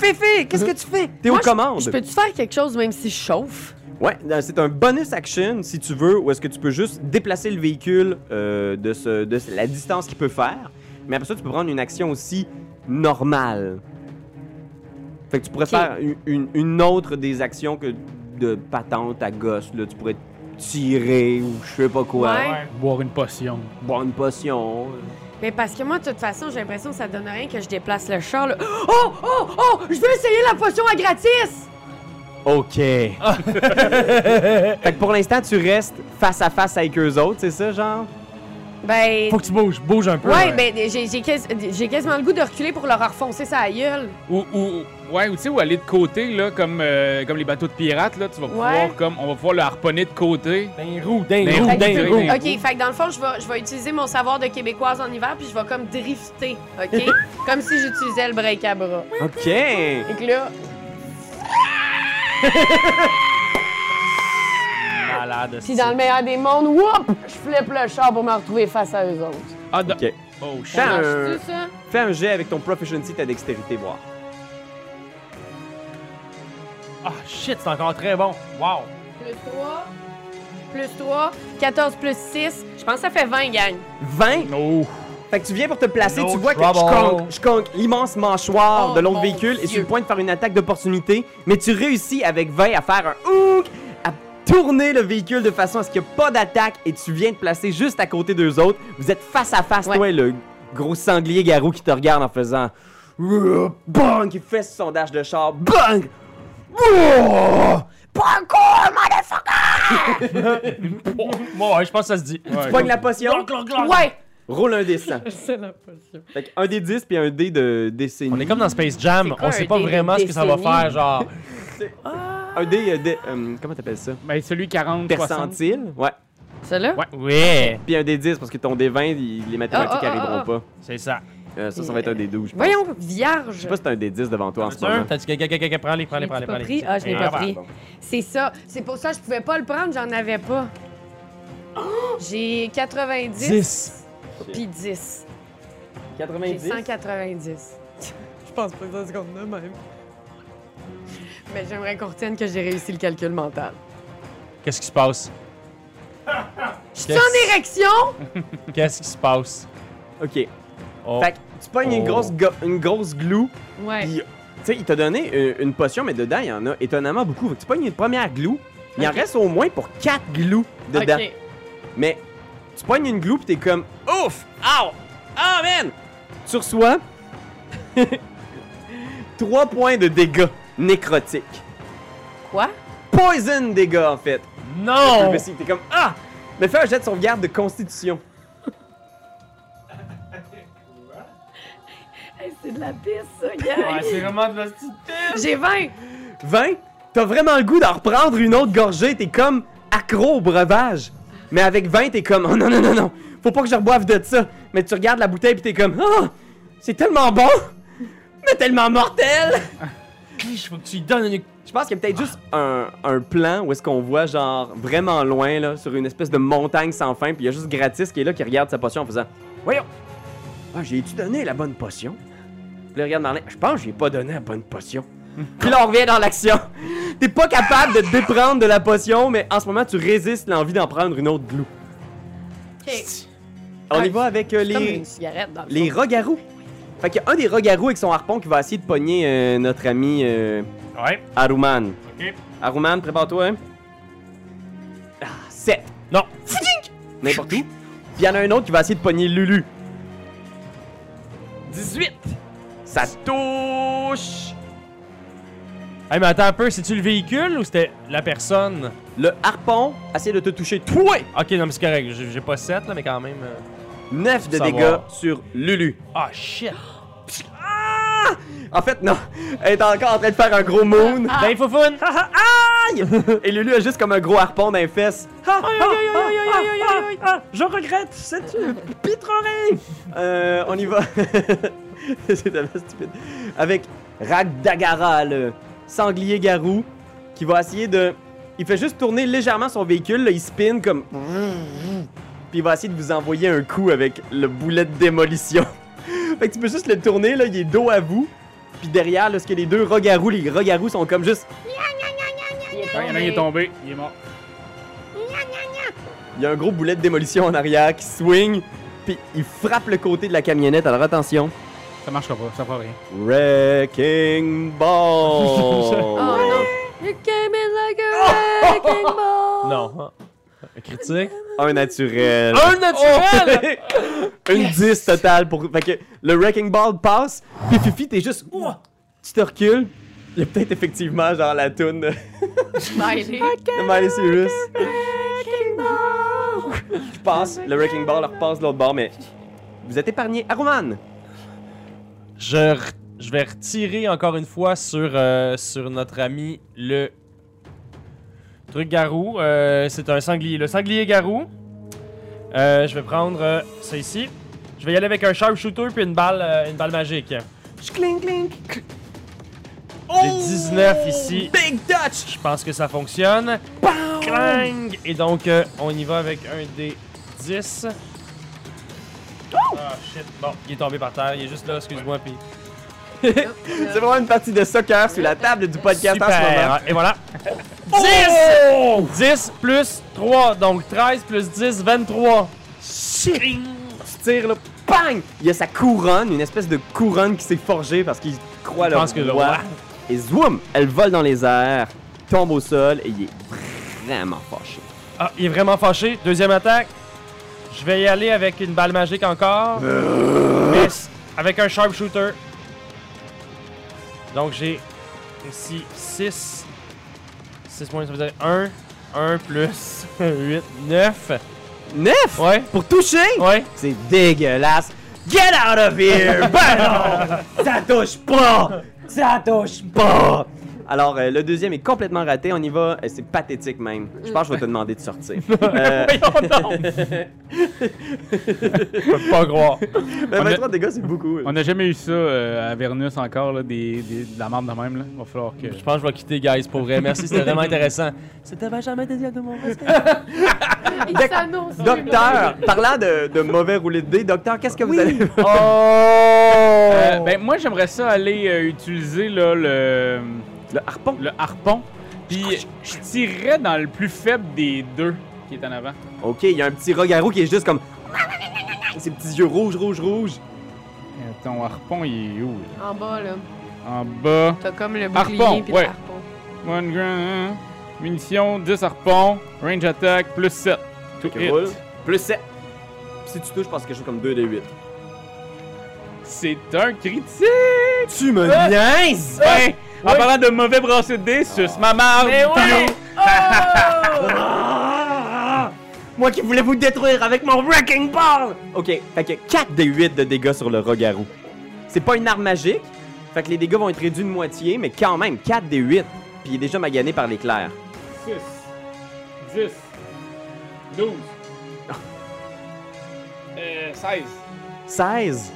Féfé, qu'est-ce que tu fais? T'es aux Moi, je- commandes. Je peux-tu faire quelque chose même si je chauffe? Ouais, euh, c'est un bonus action si tu veux, ou est-ce que tu peux juste déplacer le véhicule euh, de, ce, de ce- la distance qu'il peut faire. Mais après ça, tu peux prendre une action aussi normale. Fait que tu pourrais Ok. faire une, une- une autre des actions que de patente à gosse. Là, tu pourrais tirer ou je sais pas quoi. Ouais. Boire une potion. Boire une potion. Mais parce que moi, de toute façon, j'ai l'impression que ça donne rien que je déplace le char. là. Oh, oh, oh! Je veux essayer la potion à gratis! OK. fait que pour l'instant, tu restes face à face avec eux autres, c'est ça, genre? Ben. Faut que tu bouges, bouge un peu. euh. Ouais, ben, j'ai j'ai quas- j'ai quasiment le goût de reculer pour leur enfoncer sa gueule. Ou, ou, ouais, ou tu sais, ou aller de côté, là, comme, euh, comme les bateaux de pirates, là, tu vas Ouais. pouvoir, comme, on va pouvoir le harponner de côté. D'un roux, D'un d'un roux, roux, d'un d'un roux. roux. OK, fait que dans le fond, je vais, je vais utiliser mon savoir de québécoise en hiver, puis je vais comme drifter, OK? comme si j'utilisais le break à bras. OK. Et que là, Malade. puis dans le meilleur des mondes, whoop! Je flippe le char pour me retrouver face à eux autres. Ah, non. OK. Oh, Fais shit. Ça un- marche-tu, ça? Fais un jet avec ton proficiency, ta dextérité, voir. Ah, shit, c'est encore très bon. Wow. Plus 3. Plus 3. 14 plus 6. Je pense que ça fait 20, gang. 20. Oh. Fait que tu viens pour te placer, No tu vois que trouble. je conque, je conque l'immense mâchoire Oh de l'autre mon véhicule et Dieu. sur le point de faire une attaque d'opportunité, mais tu réussis avec 20 à faire un hook, à tourner le véhicule de façon à ce qu'il n'y ait pas d'attaque et tu viens te placer juste à côté d'eux autres. Vous êtes face à face, Ouais. toi et le gros sanglier garou qui te regarde en faisant BANG! Il fait son sondage de char. BANG! Wouah! Pas cool, motherfucker! Moi, Oh, ouais, je pense que ça se dit. Ouais. Pogne la potion, Ah. Ouais! roule un des 100. C'est la potion. Fait que un des 10 puis un dé de décennie. On est comme dans Space Jam, C'est quoi on sait un pas dé de vraiment ce que ça va décennie? faire, genre. Un dé, euh, dé- euh, comment t'appelles ça? Ben, celui 40, 60. Percentile? Ouais. Celle-là? Ouais. Ouais, Puis un des 10 parce que ton dé 20, il- les mathématiques Ah, ah, arriveront ah, c'est ça. pas. Euh, ça, ça va être un des 12, je pense. Voyons, Je vierge. sais pas si t'as un des 10 devant toi en ce moment. T'as dit, que prends-les, prends-les, Je l'ai-tu prends-les, pas prends-les. pris? Ah, je l'ai Et pas Eh, voilà. pris. C'est ça. C'est pour ça que je pouvais pas le prendre, j'en avais pas. J'ai ah. 90. 10. Puis 10. J'ai 90? 190. je pense pas que ça se compte de même. Mais j'aimerais qu'on retienne que j'ai réussi le calcul mental. Qu'est-ce qui se passe? Je suis en érection! Qu'est-ce qui se passe? Ok. Oh. Fait que tu pognes une Oh. grosse, go- une grosse glue. Ouais. Puis, tu sais, il t'a donné euh, une, potion, mais dedans, il y en a étonnamment beaucoup. Fait que tu pognes une première glue. Il en Ok. reste au moins pour 4 glues dedans. Ok. Mais tu pognes une glue pis t'es comme Ouf! Ow! Ah man! Tu reçois 3 points de dégâts nécrotiques. Quoi? Poison dégâts en fait. Non! Le T'es comme Ah! Mais fais un jet de sauvegarde de constitution. c'est de la pisse, ça, c'est vraiment de la petite J'ai 20! 20, t'as vraiment le goût d'en reprendre une autre gorgée, t'es comme accro au breuvage. Mais avec 20, t'es comme Oh non, non, non, non, faut pas que je reboive de ça. Mais tu regardes la bouteille pis t'es comme Ah! C'est tellement bon! Mais tellement mortel! quiche, faut que tu lui donnes une. Je pense qu'il y a peut-être juste un, un plan où est-ce qu'on voit genre vraiment loin là sur une espèce de montagne sans fin puis il y a juste Gratis qui est là qui regarde sa potion en faisant "Voyons. Ah, j'ai tu donné la bonne potion Puis là, regarde Marlin, je pense que j'ai pas donné la bonne potion. puis là on revient dans l'action. T'es pas capable de te déprendre de la potion mais en ce moment tu résistes l'envie d'en prendre une autre glue. Ok. C'est On Ouais. y va avec euh, Comme les une cigarette dans le les fond. rogarous. Fait qu'il y a un des rogarous avec son harpon qui va essayer de pogner euh, notre ami euh, Ouais. Aruman. Ok. Aruman, prépare-toi. hein. Ah, 7. Non. N'importe où. Puis y en a un autre qui va essayer de pogner Lulu. 18. Ça touche. Hey, mais attends un peu, c'est-tu le véhicule ou c'était la personne? Le harpon essaie de te toucher. Toi! Ok, non, mais c'est correct, j'ai j'ai pas 7 là, mais quand même. euh. 9 de Savoir. dégâts sur Lulu. Ah, shit! Ah! En fait, non. Elle est encore en train de faire un gros moon. Ben, Foufoune! Ah, ah, aïe! Et Lulu a juste comme un gros harpon dans les fesses. Ah, ah, ah, ah, ah, ah, je regrette cette euh, pitrerie! Euh, on y va. C'est tellement stupide. Avec Ragdagara, le sanglier garou, qui va essayer de. Il fait juste tourner légèrement son véhicule, là, il spin comme. Puis il va essayer de vous envoyer un coup avec le boulet de démolition. fait que tu peux juste le tourner, là, il est dos à vous. Puis derrière, là, ce que les deux rogarous, les rogarous sont comme juste. Il est Ah, Il y en a un qui est tombé, il est mort. Il y a un gros boulet de démolition en arrière qui swing. Puis il frappe le côté de la camionnette. Alors attention. Ça marchera pas, ça fera rien. Wrecking Oh Ball. non. You came in like Oh! a wrecking ball. Non. Ah. Un critique. un naturel. Un naturel! Une 10 totale pour. Fait que le Wrecking Ball passe, puis Fifi, t'es juste. Ouah! Tu te recules. Il y a peut-être effectivement genre la toune de Smiley. de Miley Cyrus Wrecking ball. qui passe. Le Wrecking Ball leur passe de l'autre bord, mais vous êtes épargné. Aroman! Je, re- je vais retirer encore une fois sur, euh, sur notre ami le truc garou. Euh, c'est un sanglier. Le sanglier garou. Euh, je vais prendre euh, ça ici. Je vais y aller avec un sharpshooter puis une balle, euh, une balle magique. Clink, clink! J'ai 19 ici. Big touch! Je pense que ça fonctionne. Clang! Et donc, euh, on y va avec un des 10. Oh! Ah shit, bon, il est tombé par terre, il est juste là, excuse-moi, puis... C'est vraiment une partie de soccer sur la table du podcast en hein, ce moment. Oh! Super. Et voilà. 10! 10 plus 3, donc 13 plus 10, 23. Ching! Tu tires là, bang! Il y a sa couronne, une espèce de couronne qui s'est forgée parce qu'il croit Je le pense que le roi. Et zoom! Elle vole dans les airs, tombe au sol et il est vraiment fâché. Ah, il est vraiment fâché. Deuxième attaque. Je vais y aller avec une balle magique encore. Mais c- avec un sharpshooter. Donc j'ai ici 6. 6 moins, ça veut dire 1. 1 plus 8, 9. Neuf! Ouais, Pour toucher! ouais. C'est dégueulasse! Get out of here! ben non! Ça touche pas! Ça touche pas! Alors, euh, le deuxième est complètement raté. On y va. Euh, C'est pathétique même. Je pense que je vais te demander de sortir. Euh, Voyons donc! Je peux pas croire. mais 23 ben, dégâts, c'est beaucoup. On n'a jamais eu ça euh, à Vernus encore, là, des, des- de la marde de même. Là. Il va falloir que. Je pense que je vais quitter, guys, pour vrai. Merci, c'était vraiment intéressant. C'était Benjamin Delia de mon respect. Il Doc- s'annonce. Docteur, parlant de, de mauvais roulé de dés, docteur, qu'est-ce que vous allez faire? Oh! Euh, ben, moi, j'aimerais ça aller euh, utiliser là, le, Le harpon. le harpon. Puis je tirerais dans le plus faible des deux qui est en avant. Ok, il y a un petit rogarou qui est juste comme. Ses petits yeux rouges, rouges, rouges. Euh, Ton harpon, il est où? là? En bas, là. En bas. T'as comme le Harpon, bouclier puis le ouais. harpon. One grand. Munitions, 10 harpons. Range attack, plus 7. To Ok, hit. roule. Plus 7. Si tu touches, parce que je suis comme 2 des 8. C'est un critique! Tu me Ah! niaises! Ouais. En parlant de mauvais brassé de dés, sus ma marde! Eh Pilou. Oh! Ah! Moi qui voulais vous détruire avec mon Wrecking Ball! Ok, fait que 4 des 8 de dégâts sur le Rogarou. C'est pas une arme magique, fait que les dégâts vont être réduits de moitié, mais quand même, 4 des 8. Puis il est déjà magané par l'éclair. 6, 10, 12, euh, 16, 16,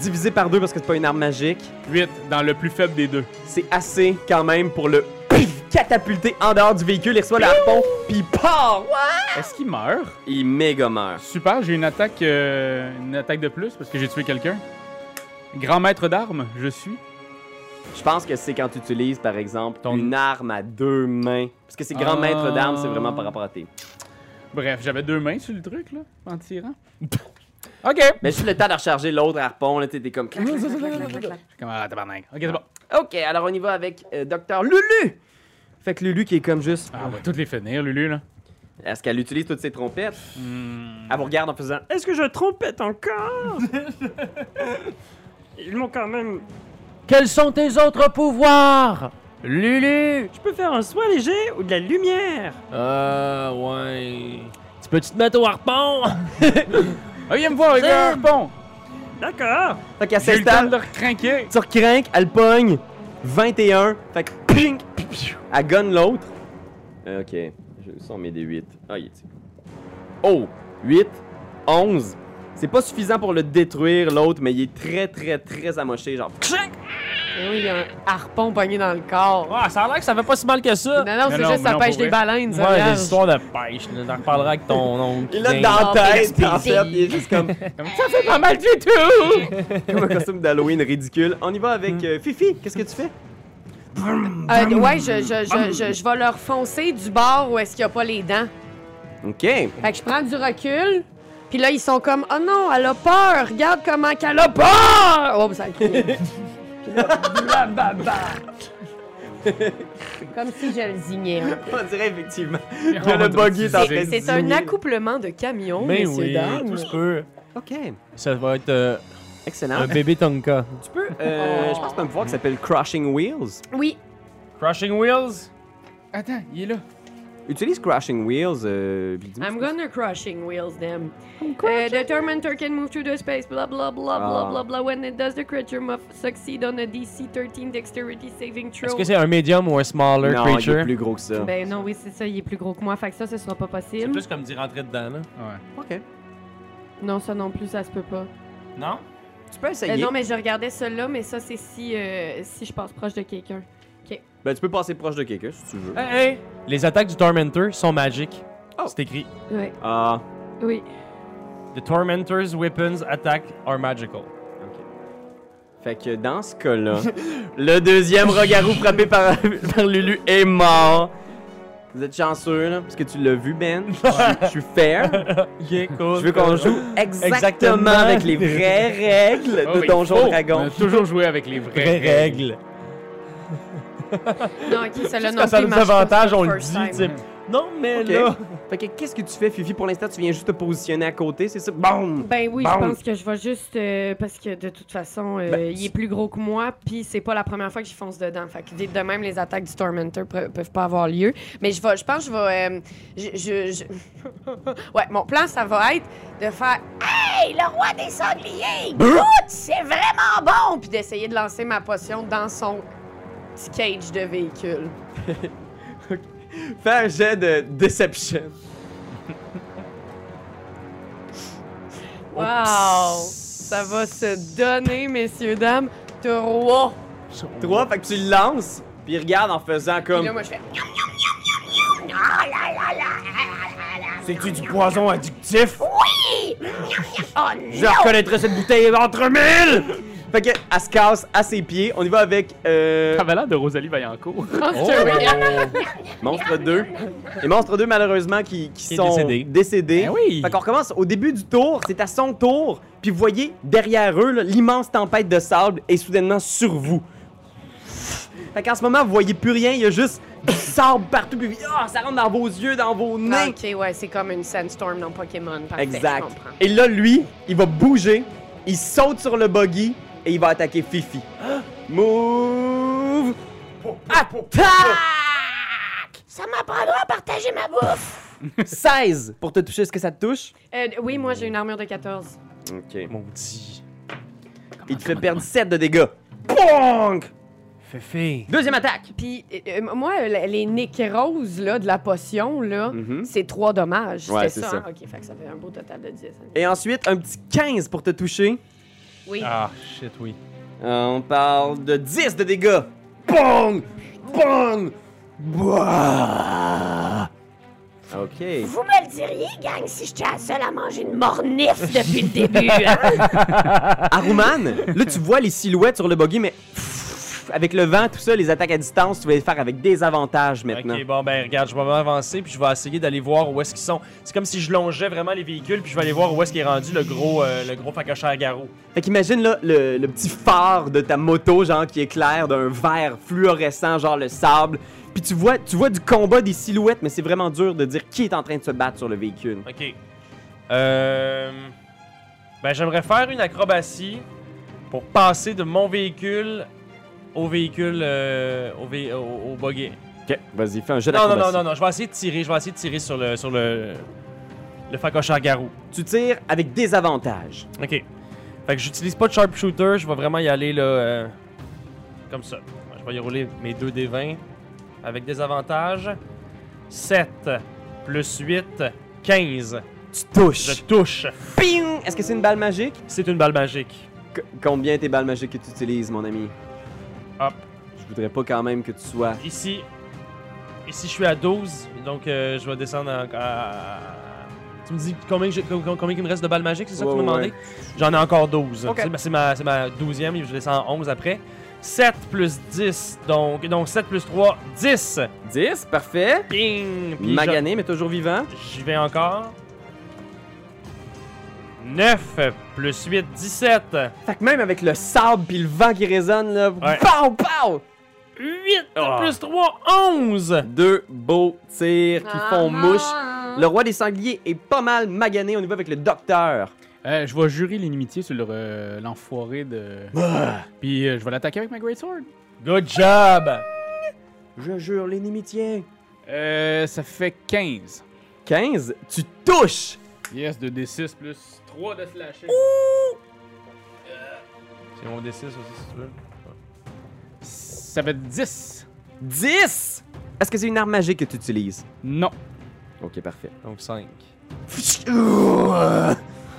divisé par 2 parce que c'est pas une arme magique, 8 dans le plus faible des deux. c'est assez quand même pour le catapulter en dehors du véhicule, il reçoit le harpon, puis il part! Est-ce qu'il meurt? Il méga meurt. Super, j'ai une attaque euh, une attaque de plus parce que j'ai tué quelqu'un. Grand maître d'armes, je suis. Je pense que c'est quand tu utilises, par exemple, Ton- une arme à deux mains. Parce que c'est grand Ah. maître d'armes, c'est vraiment par rapport à tes. Bref, j'avais deux mains sur le truc là, en tirant. OK. Mais juste le temps de recharger l'autre harpon, là, t'es t'es comme. clac, clac, clac, clac, clac, clac, clac. Comme, ah, tabarnak. OK, c'est bon. ok, alors on y va avec euh, Docteur Lulu! Fait que Lulu qui est comme juste. Ah, on va toutes les finir, Lulu là. Est-ce qu'elle utilise toutes ses trompettes? Hmm. Elle vous regarde en faisant. Est-ce que je trompette encore Ils m'ont quand même. Quels sont tes autres pouvoirs? Lulu! Je peux faire un soin léger ou de la lumière Euh, ouais. Tu peux-tu te mettre au harpon? Ah, viens me voir avec un harpon. D'accord. Fait qu'elle J'ai eu le temps s'installe, de recrinquer. tu recrinques, elle pogne. 21. Fait que. ping, piou, piou, Elle gonne l'autre. Euh, Ok, je sens mes D8. Ah, il est Oh! 8, 11. C'est pas suffisant pour le détruire, l'autre, mais il est très, très, très amoché. Genre, Eh oui, il y a un harpon pogné dans le corps. Ah, ça a l'air que ça fait pas si mal que Non, ça. non, Non, c'est non, juste ça non, pêche pour des vrai. baleines, ça. Ouais, des regarde. histoires de pêche. là. T'en reparleras avec ton oncle. il l'a Hein. dans la tête, Genre, en fait. Il est juste comme, Ça fait pas mal du tout! comme un costume d'Halloween ridicule. On y va avec euh, Fifi. Qu'est-ce que tu fais? Euh, ouais, je, je, je, je, je vais leur foncer du bord où est-ce qu'il n'y a pas les dents. OK. Fait que je prends du recul, puis là, ils sont comme « Oh non, elle a peur! Regarde comment qu'elle a peur! » Oh, ça a crié. Puis là, blablabla. Comme si je le zignais. hein. On dirait effectivement. On le va buggy est en train utiliser. de C'est un zigner. accouplement de camions, Mais messieurs, Ben oui, dames. tout se peut. OK. Ça va être euh, Excellent. un bébé Tonka. Tu peux. euh, Je pense que t'as un pouvoir qui s'appelle Crushing Wheels. Oui, Crushing Wheels? Attends, il est là. Utilise Crushing Wheels. Euh, puis dis-moi I'm ce que- gonna crushing wheels them. Uh, the tormentor can move through the space, blah blah blah blah Ah. blah blah. When it does, the creature must succeed on a DC 13 dexterity saving throw. Est-ce que c'est un medium ou un smaller non, il est creature? plus gros que ça. Ben non, oui, c'est ça, il est plus gros que moi, fait que ça, ce sera pas C'est possible. plus comme d'y rentrer dedans, là. Ouais. OK. Non, ça non plus, ça se peut pas. Non? Tu peux Euh, essayer. non, mais je regardais celui-là, mais ça, c'est si, euh, si je passe proche de quelqu'un. Ben, tu peux passer proche de quelqu'un si tu veux. Euh. Hey, hey! Les attaques du Tormentor sont magiques. Oh. C'est écrit. Ouais, Ah. oui. The Tormentor's weapons attack are magical. Fait que dans ce cas-là, le deuxième rogarou frappé par, par Lulu est mort. Vous êtes chanceux, là, parce que tu l'as vu, Ben. Je suis- Je suis fair. Ok, cool. Je veux qu'on joue exactement, Exactement. Oh, avec les vraies règles Ah de oui, Donjon faut. On Dragon. a toujours joué avec les vraies Vraie règles. règle. Non, ok, celui-là Juste non quand plus. ça il nous marche pas, avantage, c'est on le first dit, time. tu sais. Non, mais Ok. là. Fait que qu'est-ce que tu fais, Fifi? Pour l'instant, tu viens juste te positionner à côté, c'est ça? Boum! Ben oui, je Bon. pense que je vais juste. euh, parce que de toute façon, euh, Ben, il est plus gros que moi, puis c'est pas la première fois que je fonce dedans. Fait que vite de même, les attaques du Tormentor pre- peuvent pas avoir lieu. Mais je vais, je pense que je vais. euh, je, je- je- ouais, mon plan, ça va être de faire. Hey, le roi des Hein? sangliers! Écoute, c'est vraiment bon! Puis d'essayer de lancer ma potion dans son petit cage de véhicule. Fais un jet de Deception. Wow! Ça va se donner, messieurs, dames. Trois! Trois, fait que tu le lances, puis regarde en faisant Puis comme... là, moi, je fais. C'est-tu du poison addictif? Oh Je reconnaîtrai cette bouteille entre mille! Fait que, elle se casse à ses pieds. On y va avec euh, Ah Ça ben. avait l'air de Rosalie Vaillancourt. Oh. Monstre 2. Et Monstre 2, malheureusement, qui, qui Qui est sont décédé. décédés. Ben oui. Fait qu'on recommence au début du tour. C'est à son tour. Puis vous voyez, derrière eux, là, l'immense tempête de sable est soudainement sur vous. Fait qu'en ce moment, vous voyez plus rien. Il y a juste du sable partout. Puis ah, ça rentre dans vos yeux, dans vos Ah, nez. ok, ouais, c'est comme une sandstorm dans Pokémon. Parfait, Exact. Je comprends. Et là, lui, il va bouger, il saute sur le buggy et il va attaquer Fifi. Move! Attaque! Ça m'apprendra à partager ma bouffe. 16 pour te toucher, est-ce que ça te touche? Euh, oui, moi, j'ai une armure de 14. Ok. Maudit. Il te fait perdre 7 de dégâts. Pong! Féfé. Deuxième attaque! Puis, euh, euh, moi, euh, la- les nécroses là, de la potion, là, Mhm. c'est 3 dommages. Ouais, C'était c'est ça. ça. hein? Ok, fait que ça fait un beau total de 10. hein. Et ensuite, un petit 15 pour te toucher. Oui. Ah, shit, oui. Euh, on parle de 10 de dégâts. Pong! Pong! Bouah! Ok. Vous me le diriez, gang, si j'étais la seule à manger une mornif depuis le début. hein. Aruman, là tu vois les silhouettes sur le buggy, mais pff, avec le vent, tout ça, les attaques à distance, tu vas les faire avec des avantages maintenant. Ok, bon, ben regarde, je vais m'avancer puis je vais essayer d'aller voir où est-ce qu'ils sont. C'est comme si je longeais vraiment les véhicules puis je vais aller voir où est-ce qu'est rendu le gros, euh, le gros facochère garou. Fait qu'imagine là le, le petit phare de ta moto, genre qui éclaire d'un vert fluorescent, genre le sable. Puis tu vois, tu vois du combat des silhouettes, mais c'est vraiment dur de dire qui est en train de se battre sur le véhicule. Ok. Euh. Ben, j'aimerais faire une acrobatie pour passer de mon véhicule au véhicule. euh, au, vé- au, au buggy. Ok, vas-y, fais un jeu Non, non, non, non, non, je vais essayer de tirer, je vais essayer de tirer sur le. sur le. le facochère garou. Tu tires avec des avantages. Ok. Fait que j'utilise pas de sharpshooter, je vais vraiment y aller là. euh, comme ça. Je vais y rouler mes 2 d 20 avec des avantages. 7 plus 8, 15. Tu touches. Je touche. Ping! Est-ce que c'est une balle magique? C'est une balle magique. C- combien tes balles magiques que tu utilises, mon ami? Hop. Je voudrais pas quand même que tu sois. Ici, ici je suis à 12, donc euh, je vais descendre en- à... Tu me dis combien, que j'ai- com- com- combien il me reste de balles magiques, c'est ça que tu Ouais, m'as demandé? ouais. J'en ai encore 12. Ok. C'est ma- C'est ma, c'est ma 12e, et je descends en 11 après. 7 plus 10, donc, donc 7 plus 3, 10! 10, parfait. Ping! Puis je- Magané, mais toujours vivant. J'y vais encore. 9 plus 8, 17. Fait que même avec le sable puis le vent qui résonne, là, Ouais. pow, pow! 8 Ah. plus 3, 11. Deux beaux tirs qui font mouche. Ah. Le roi des sangliers est pas mal magané. On y va avec le docteur. Euh, je vais jurer l'inimitié sur le, euh, l'enfoiré de. Ah. Puis euh, je vais l'attaquer avec ma Great Sword. Good job! Je jure, l'ennemi tient. Euh, ça fait 15. 15, tu touches! Yes, 2d6 plus 3 de slasher. C'est mon D6 aussi, si tu veux. Ça fait 10. 10! Est-ce que c'est une arme magique que tu utilises? Non. Ok, parfait. Donc 5.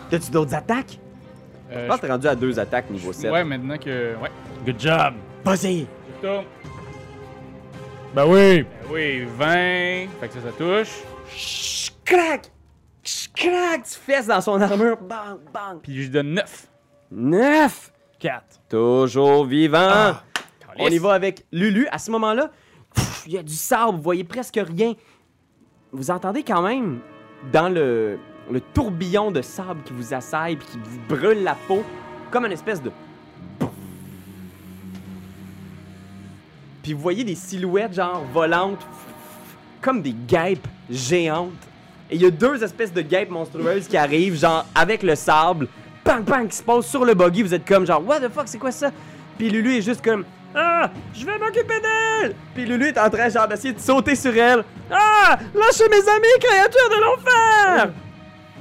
T'as-tu d'autres attaques? Euh, Je pense que t'es rendu à deux attaques niveau je- 7. Ouais, maintenant que. Ouais. Good job! Vas-y! Je tourne. Ben oui! Ben oui, 20. Fait que ça, ça touche. Chut, Crac! Chut, Crac! Tu fesses dans son armure. Bah. Bang, bang! Puis je lui donne 9. 9! 4. Toujours vivant! On y va avec Lulu. À ce moment-là, pff, il y a du sable, vous voyez presque rien. Vous entendez quand même dans le, le tourbillon de sable qui vous assaille puis qui vous brûle la peau, comme une espèce de. Puis vous voyez des silhouettes genre volantes, comme des guêpes géantes. Et il y a deux espèces de guêpes monstrueuses qui arrivent, genre avec le sable, bang bang, qui se posent sur le buggy. Vous êtes comme genre, what the fuck, c'est quoi ça? Puis Lulu est juste comme, Ah! Je vais m'occuper d'elle! puis Lulu est en train genre d'essayer de sauter sur elle. Ah! Lâchez mes amis, créatures de l'enfer! Mm.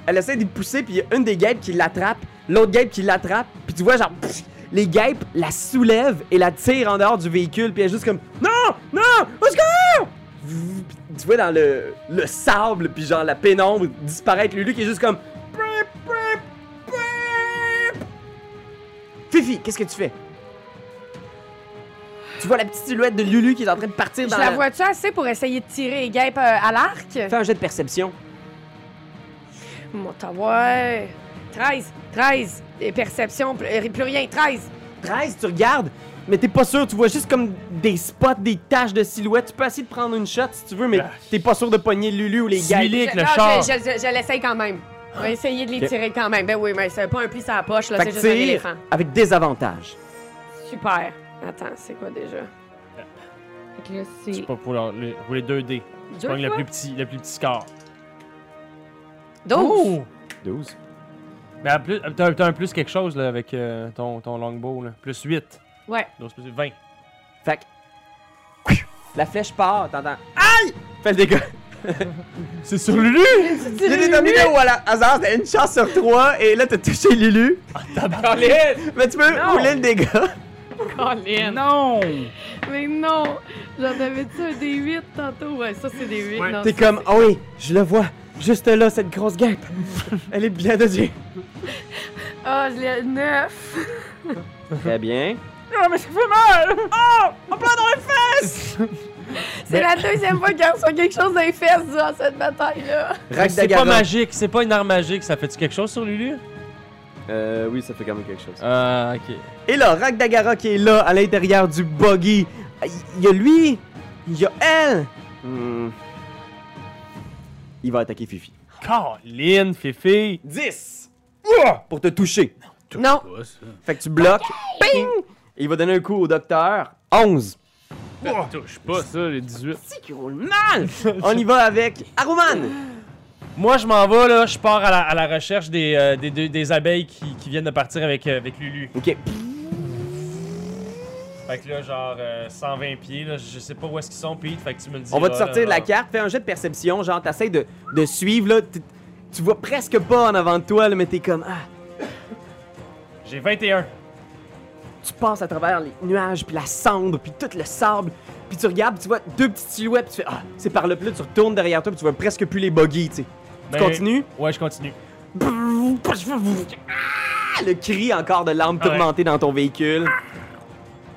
Elle essaie de pousser, puis il y a une des guêpes qui l'attrape, l'autre guêpe qui l'attrape, puis tu vois genre pff, les guêpes la soulèvent et la tirent en dehors du véhicule, puis elle est juste comme non, non, au secours! Puis tu vois dans le, le sable, puis genre la pénombre disparaître Lulu qui est juste comme Prip, prip, prip. Fifi, qu'est-ce que tu fais? Tu vois la petite silhouette de Lulu qui est en train de partir Je dans la vois-tu assez pour essayer de tirer les guêpes euh, à l'arc? Fais un jet de perception. Moi, t'as ouais. 13, 13. Et perception, pl- euh, plus rien, 13. 13, tu regardes, mais t'es pas sûr, tu vois juste comme des spots, des taches de silhouette. Tu peux essayer de prendre une shot si tu veux, mais Ah. t'es pas sûr de pogner Lulu ou les gars. Suis-les avec Je- le non, char. Je, je- je- je l'essaye quand même. On va essayer de les Ok. tirer quand même. Ben oui, mais c'est pas un pli sur la poche, là, Fait c'est que juste un tire éléphant. avec des avantages. Super. Attends, c'est quoi déjà? Fait que là, c'est. Pas pour, leur- les, pour les 2 D. Deux Tu prends le fois? plus petit, le plus petit score. 12. Oh! 12. Mais en plus, t'as t'as un plus quelque chose là, avec euh, ton, ton longbow. Là. Plus 8. Ouais. Donc, c'est plus 20. Fait que- La flèche part, t'entends. Aïe! Fais le dégât. C'est sur Lulu! J'ai déterminé au la- hasard, t'as une chance sur trois, et là t'as touché Lulu. Mais tu peux Non. rouler le dégât. Non! Mais non! J'en avais dit un des 8 tantôt. Ouais, ça, c'est des 8. Ouais. T'es comme, oh oui, je le vois. Juste là, cette grosse guêpe. Elle est bien dosée. Ah, je l'ai 9. Très bien. Ah, mais ça fait mal! C'est la deuxième fois qu'il reçoit quelque chose dans les fesses durant cette bataille-là. C'est pas Ragdagara. magique, c'est pas une arme magique. Ça fait-tu quelque chose sur Lulu? Euh, oui, ça fait quand même quelque chose. Ah, Euh, ok. Et là, Ragdagara qui est là, à l'intérieur du buggy. Il y a lui, il y a elle. Hmm. Il va attaquer Fifi. Colin, Fifi! 10 pour te toucher. Non. Fait que tu bloques. Ping! Et il va donner un coup au docteur. 11. Ça touche pas ça, les 18. C'est qui roule mal! On y va avec Aruman. Moi, je m'en vais, là. Je pars à la, à la recherche des, euh, des, des- des abeilles qui, qui viennent de partir avec, euh, avec Lulu. Ok. Fait que là, genre euh, 120 pieds, là, je sais pas où est-ce qu'ils sont, Pete. Fait que tu me le dis. On va te là, sortir là, la là. carte, fais un jet de perception, genre t'essayes de, de suivre là, t- tu vois presque pas en avant de toi là, mais t'es comme ah, J'ai 21. tu passes à travers les nuages, puis la cendre, puis tout le sable, puis tu regardes, puis tu vois deux petites silhouettes, puis tu fais Ah, c'est par là, puis là, tu retournes derrière toi, puis tu vois presque plus les buggies, tu sais. Mais- Tu continues? Ben, Ouais, je continue. Ah, le cri encore de l'âme Ouais. tourmentée dans ton véhicule.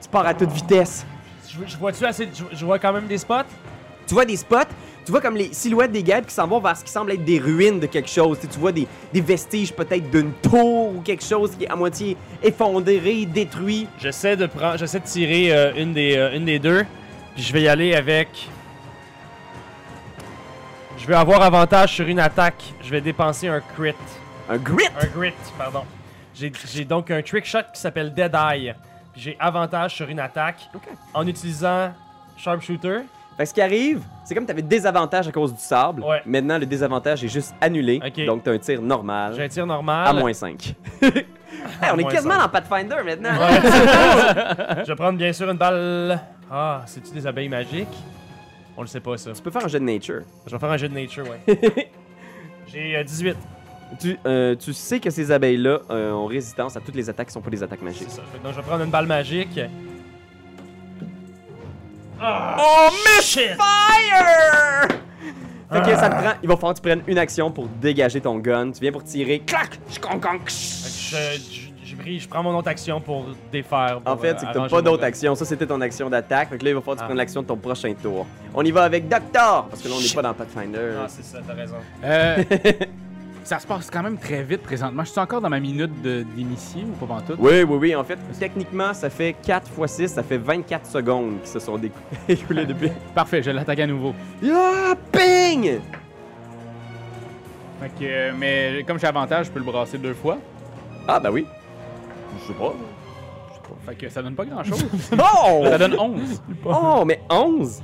Tu pars à toute vitesse. Je, je vois-tu assez. de- Je, je vois quand même des spots? Tu vois des spots, tu vois comme les silhouettes des guêpes qui s'en vont vers ce qui semble être des ruines de quelque chose. Tu sais, tu vois des, des vestiges peut-être d'une tour ou quelque chose qui est à moitié effondré, détruit. J'essaie de prendre. J'essaie de tirer euh, une, des, euh, une des deux. Puis je vais y aller avec. Je vais avoir avantage sur une attaque. Je vais dépenser un crit. Un grit! Un grit, pardon. J'ai j'ai donc un trick shot qui s'appelle Dead Eye. Puis j'ai avantage sur une attaque Ok. en utilisant Sharpshooter. Fait que ce qui arrive, c'est comme t'avais désavantage à cause du sable. Ouais. Maintenant, le désavantage est juste annulé. Ok. Donc t'as un tir normal J'ai un tir normal. à moins 5. on est moins quasiment cinq. dans Pathfinder maintenant. Ouais. je vais prendre bien sûr une balle. Ah, c'est-tu des abeilles magiques? On le sait pas ça. Tu peux faire un jeu de nature. Je vais faire un jeu de nature, ouais. J'ai euh, 18. Tu, euh, tu sais que ces abeilles-là euh, ont résistance à toutes les attaques qui sont pas des attaques magiques. C'est ça. Donc je vais prendre une balle magique. Ah! Oh, Mission Fire! Fait Ah. que ça te prend, il va falloir que tu prennes une action pour dégager ton gun. Tu viens pour tirer, clac! Chkong, kong, ksh. Fait que je, je, je brise- je prends mon autre action pour défaire. En pour, fait, euh, c'est que t'as arranger pas mon d'autre gun. action. Ça, c'était ton action d'attaque. Fait que là, il va falloir que tu Ah. prennes l'action de ton prochain tour. On y va avec Doctor! Parce que là, on n'est Shit. pas dans Pathfinder. Ah, c'est ça, t'as raison. Euh, ça se passe quand même très vite présentement. Je suis encore dans ma minute de- d'initié ou pas pantoute? Oui, oui, oui. En fait, techniquement, ça fait 4 x 6, ça fait 24 secondes qui se sont décou- écoulées depuis. Parfait, je l'attaque à nouveau. Yeah! Ping! Fait que, euh, mais comme j'ai avantage, je peux le brasser deux fois. Ah, bah oui. Je sais pas. Fait que ça donne pas grand chose. Oh! ça donne 11. Oh, mais 11!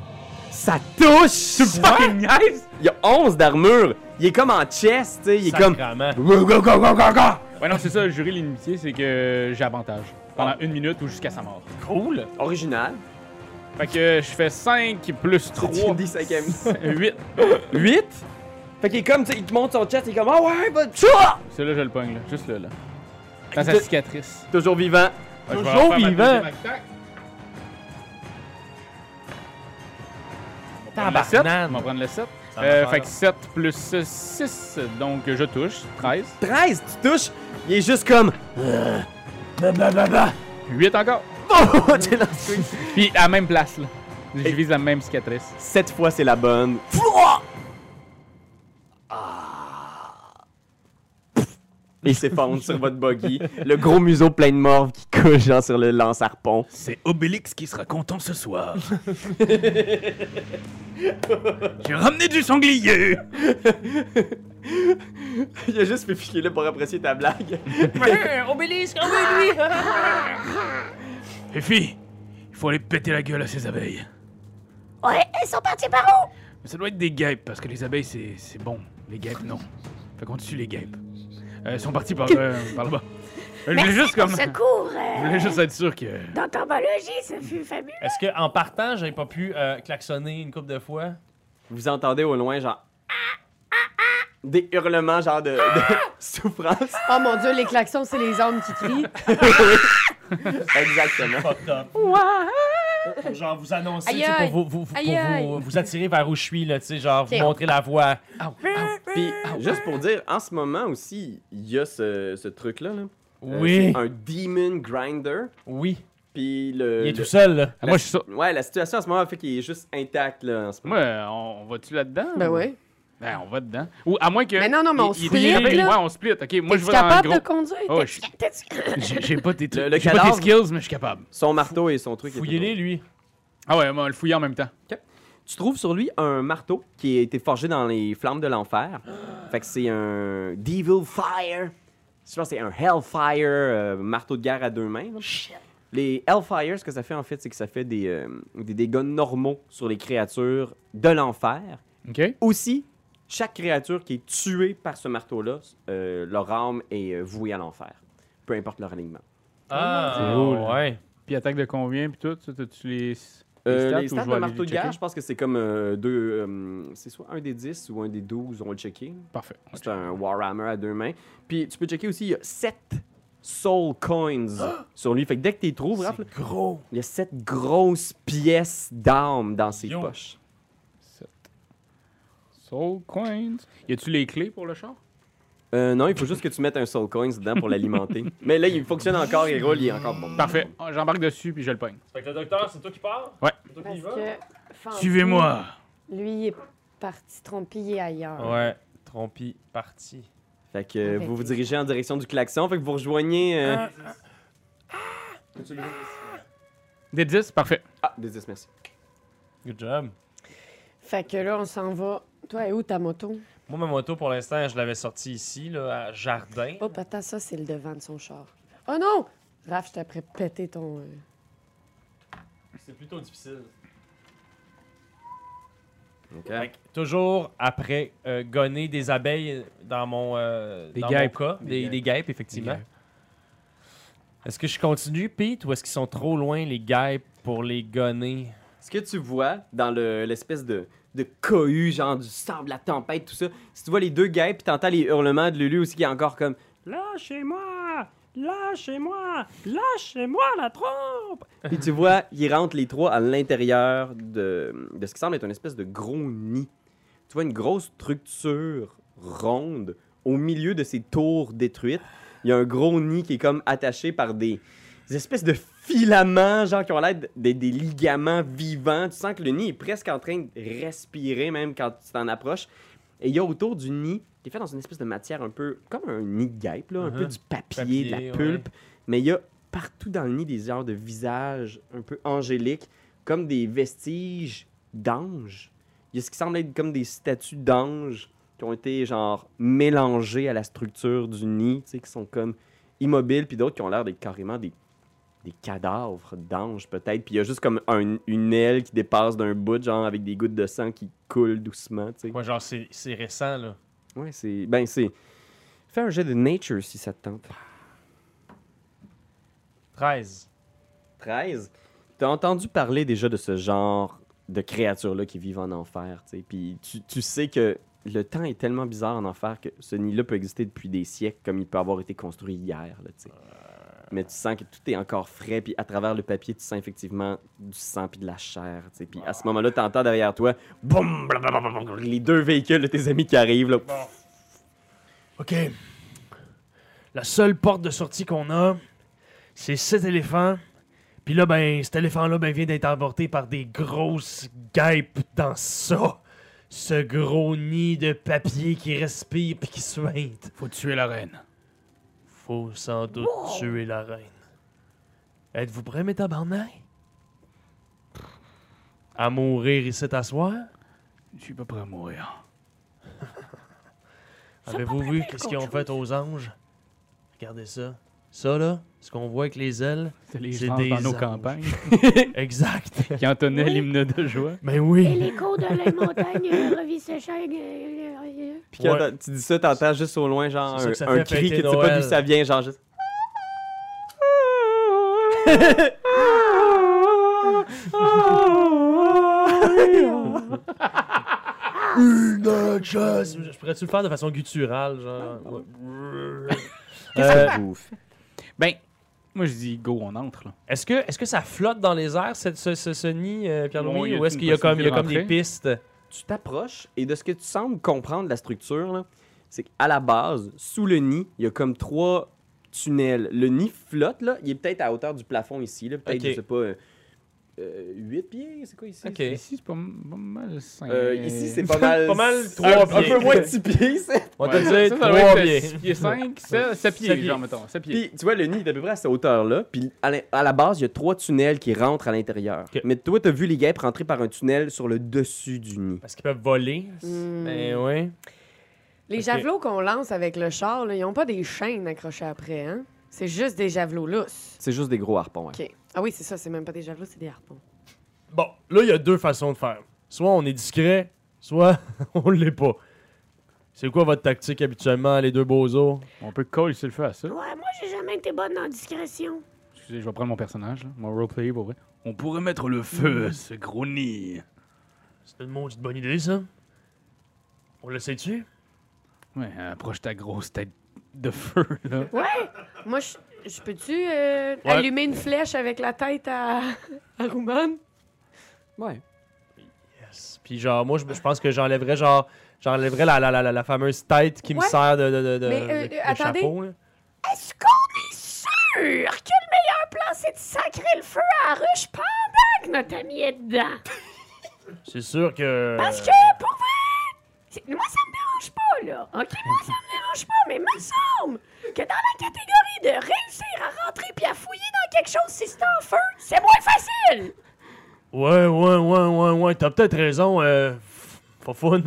Ça touche! Fucking nice! Il y a 11 d'armure. Il est comme en chest, tu sais. Il est comme. Sacrement. Go, go, go, go, go, go! Ouais, non, c'est ça, le jury l'initié, c'est que j'ai avantage. Pendant une minute ou jusqu'à sa mort. Cool. Original. Fait que je fais 5 plus 3. 8. 8? Fait qu'il est comme, tu sais, il te monte son chest, il est comme, ah ouais, bah, tchoua! Celui-là, je le pogne, là. Juste là, là. Dans sa De- cicatrice. Toujours vivant. Ouais, je vais Toujours refaire ma vivant. deuxième attaque. On va prendre le sept. Tabarnane. On va prendre le 7. Ça va faire. fait que 7 plus 6, donc je touche. 13. 13, tu touches, il est juste comme. euh, Bah, bah, bah, bah. 8 encore. Oh, t'es lancé. Puis à la même place, là. Je vise la même cicatrice. Cette fois, c'est la bonne. Fouah! Ah. Pff. Et il s'effondre sur votre buggy. Le gros museau plein de morve qui coule, genre, sur le lance-harpon. C'est Obélix qui sera content ce soir. J'ai ramené du sanglier. Il a juste fait piquer là pour apprécier ta blague. Fifi, il faut aller péter la gueule à ces abeilles. Ouais, elles sont parties par où Mais ça doit être des guêpes, parce que les abeilles, c'est, c'est bon. Les guêpes, non. Fait qu'on tue les guêpes. Euh, elles sont parties par, euh, par là-bas. Je voulais juste comme... secours Je euh, voulais juste être sûr que... dans Tombologie, ce fut fabuleux. Est-ce qu'en partant, j'avais pas pu euh, klaxonner une couple de fois? Vous entendez au loin, genre. Des hurlements, genre de, de souffrance. Oh mon dieu, les klaxons, c'est les hommes qui crient. Exactement. Fucked up. Pour genre vous annoncer, Aïe, tu sais, aïe. pour, vous, vous, pour Aïe, aïe. vous, vous attirer vers où je suis, là, tu sais, genre vous Ok. montrer la voie. Puis, juste pour dire, en ce moment aussi, il y a ce, ce truc-là. là. Euh, Oui, c'est un Demon Grinder. oui. Puis le. Il est le- tout seul, là. Ah, moi, je suis ça. Ouais, la situation en ce moment fait qu'il est juste intact, là, en ce moment. Moi, euh, on on va-tu là-dedans? ben ou- oui. Ben, on va dedans. Ou à moins que. Mais non, non, mais on il- il- split, il- il- là. Ouais, on split. Ok, moi, Moi, je vais dans le capable gros. de conduire? Oh, T'es- je- t'es- t'es- J'ai, j'ai pas tes, Le- le j'ai pas tes cadavre. skills, mais je suis capable. Son marteau et son truc. est Fouillez-les, lui. Ah ouais, on va le fouiller en même temps. Tu trouves sur lui un marteau qui a été forgé dans les flammes de l'enfer. Fait que c'est un Devil Fire. Je pense que c'est un Hellfire, euh, marteau de guerre à deux mains. là. Les Hellfire, ce que ça fait en fait, c'est que ça fait des, euh, des dégâts normaux sur les créatures de l'enfer. Ok. Aussi, chaque créature qui est tuée par ce marteau-là, euh, leur âme est euh, vouée à l'enfer. Peu importe leur alignement. Ah, cool. ouais. Puis attaque de combien, puis tout, ça, tu les. Euh, stats les ou stats je vais de aller marteau de les guerre, checker? je pense que c'est comme euh, deux. euh, c'est soit un des 10 ou un des 12, on va le checker. Parfait. C'est un Warhammer à deux mains. Puis tu peux checker aussi, il y a 7 Soul Coins sur lui. Fait que dès que tu les trouves, Raph, là, Gros. il y a 7 grosses pièces d'âme dans ses Yo. poches. Soul Coins. Y a-tu les clés pour le char? Euh, non, il faut juste que tu mettes un Soul Coins dedans pour l'alimenter. Mais là, il fonctionne encore, il roule, il est encore bon. Parfait. Ah, J'embarque dessus puis je le peigne. Fait que le docteur, c'est toi qui pars? Ouais. C'est toi qui Parce y vas? que. Fanti, Suivez-moi. Lui, il est parti trompiller ailleurs. Ouais. Trompi, parti. Fait que euh, vous vous dirigez en direction du klaxon, fait que vous rejoignez... euh, Des 10, parfait. Ah, des 10, merci. Good job. Fait que là, on s'en va. Toi, est où ta moto? Moi, ma moto, pour l'instant, je l'avais sortie ici, là, à Jardin. Oh, attends, ça, c'est le devant de son char. Oh non! Raph, je t'apprête péter ton. euh, C'est plutôt difficile. Ok. Toujours après euh, gonner des abeilles dans mon, euh, Des dans guêpes. mon cas, des, guêpes. des guêpes, effectivement. Est-ce que je continue, Pete, ou est-ce qu'ils sont trop loin, les guêpes, pour les gonner? Ce que tu vois dans le- l'espèce de, de cohue, genre du sable, la tempête, tout ça, si tu vois les deux guêpes, puis t'entends les hurlements de Lulu aussi qui est encore comme... Lâchez-moi Lâchez-moi Lâchez-moi la trompe Puis tu vois, ils rentrent les trois à l'intérieur de, de ce qui semble être une espèce de gros nid. Tu vois une grosse structure ronde au milieu de ces tours détruites. Il y a un gros nid qui est comme attaché par des, des espèces de filaments, genre qui ont l'air de- des, des ligaments vivants. Tu sens que le nid est presque en train de respirer même quand tu t'en approches. Et il y a autour du nid, qui est fait dans une espèce de matière un peu comme un nid de guêpe, là, un peu Uh-huh. du papier, de Papier, la ouais. pulpe. Mais il y a partout dans le nid des genres de visages un peu angéliques, comme des vestiges d'anges. Il y a ce qui semble être comme des statues d'anges qui ont été genre mélangées à la structure du nid, tu sais, qui sont comme immobiles, puis d'autres qui ont l'air d'être carrément des, des cadavres d'anges peut-être. Puis il y a juste comme un- une aile qui dépasse d'un bout, genre avec des gouttes de sang qui coulent doucement, tu sais. Ouais, genre, c'est c'est récent, là. Ouais, c'est. Ben, c'est. Fais un jet de nature si ça te tente. 13. 13. T'as entendu parler déjà de ce genre de créatures-là qui vivent en enfer, tu sais. Puis tu, tu sais que le temps est tellement bizarre en enfer que ce nid-là peut exister depuis des siècles, comme il peut avoir été construit hier, là, tu sais. Mais tu sens que tout est encore frais, puis à travers le papier, tu sens effectivement du sang puis de la chair, tu sais. Puis à ce moment-là, t'entends derrière toi, boum, blablabla, les deux véhicules de tes amis qui arrivent, là. OK. La seule porte de sortie qu'on a, c'est cet éléphant. Puis là, ben, cet éléphant-là ben, vient d'être avorté par des grosses guêpes dans ça. Ce gros nid de papier qui respire puis qui suinte. Faut tuer la reine. Faut sans doute tuer la reine. Êtes-vous prêts, mes tabarnak? À mourir ici t'asseoir? Je suis pas prêt à mourir. Avez-vous vu ce qu'ils ont fait aux anges? Regardez ça. Ça, là, ce qu'on voit avec les ailes. C'est les C'est gens des dans nos anges. campagnes Exact. qui entonnaient l'hymne de joie. Mais Et Ben oui. l'écho de la montagne euh, revisséchait. euh, euh, euh, Puis quand Ouais. t'as- tu dis ça, t'entends juste au loin, genre, C'est ça un, que ça un fait cri que fêter tu sais pas d'où Noël. ça vient, genre juste. Je pourrais-tu le faire de façon gutturale, genre? Ouais. Euh, Qu'est-ce que vous faites? Ben, moi je dis go, on entre là. Est-ce que, est que ça flotte dans les airs, ce, ce, ce- ce nid, euh, Bon, Pierre-Louis, y a-t-il ou est-ce une qu'il y a comme, il y a comme possibilité de des pistes? Tu t'approches et de ce que tu sembles comprendre la structure, là, c'est qu'à la base, sous le nid, il y a comme trois tunnels. Le nid flotte, là, il est peut-être à hauteur du plafond ici, là, peut-être, Ok. je sais pas, 8 pieds, c'est quoi ici? Ok. Ici, c'est pas, m- pas mal simple. Euh, ici, c'est pas mal. Pas mal trois un, un pieds. peu moins de 6 pieds, ça. On va Ouais, te ça, dire ça doit trois être biais. six pieds 5, 7 Sept pieds, pieds. genre, mettons. 7 pieds. Puis, tu vois, le nid est à peu près à cette hauteur-là. Puis, à la- à la base, il y a trois tunnels qui rentrent à l'intérieur. Ok. Mais toi, t'as vu les guêpes rentrer par un tunnel sur le dessus du nid. Parce qu'ils peuvent voler. Hmm. Ben oui. Les Ok. javelots qu'on lance avec le char, là, ils n'ont pas des chaînes accrochées après, hein? C'est juste des javelots lousses. C'est juste des gros harpons. ouais. OK. Ah oui, c'est ça, c'est même pas des javelots, c'est des harpons. Bon, là, il y a deux façons de faire. Soit on est discret, soit on l'est pas. C'est quoi votre tactique habituellement, les deux bozos? On peut coller sur le feu à ça. Ouais, moi, j'ai jamais été bonne en discrétion. Excusez, je vais prendre mon personnage, là, mon roleplay pour vrai. On pourrait mettre le feu, à ce gros nid. C'est une maudite bonne idée, ça. On le sait-tu? Ouais, approche ta grosse tête de feu, là. Moi, je, je peux-tu euh, Ouais. allumer une flèche avec la tête à, à Rouman? Ouais. place. Puis genre, moi, je, je pense que j'enlèverais genre, j'enlèverais la, la, la, la, la fameuse tête qui Ouais. me sert de, de, de, de- Mais, de- euh, de- de attendez. chapeau. là. Est-ce qu'on est sûr que le meilleur plan, c'est de sacrer le feu à la ruche pendant que notre ami est dedans? C'est sûr que. Parce que, pour vrai, c'est- moi, ça me dérange pas, là. OK, moi, ça me dérange pas, mais il me semble que dans la catégorie de réussir à rentrer puis à fouiller dans quelque chose si c'est en feu, c'est moins facile. Ouais, ouais, ouais, ouais, ouais. T'as peut-être raison. Euh, f- pas fun.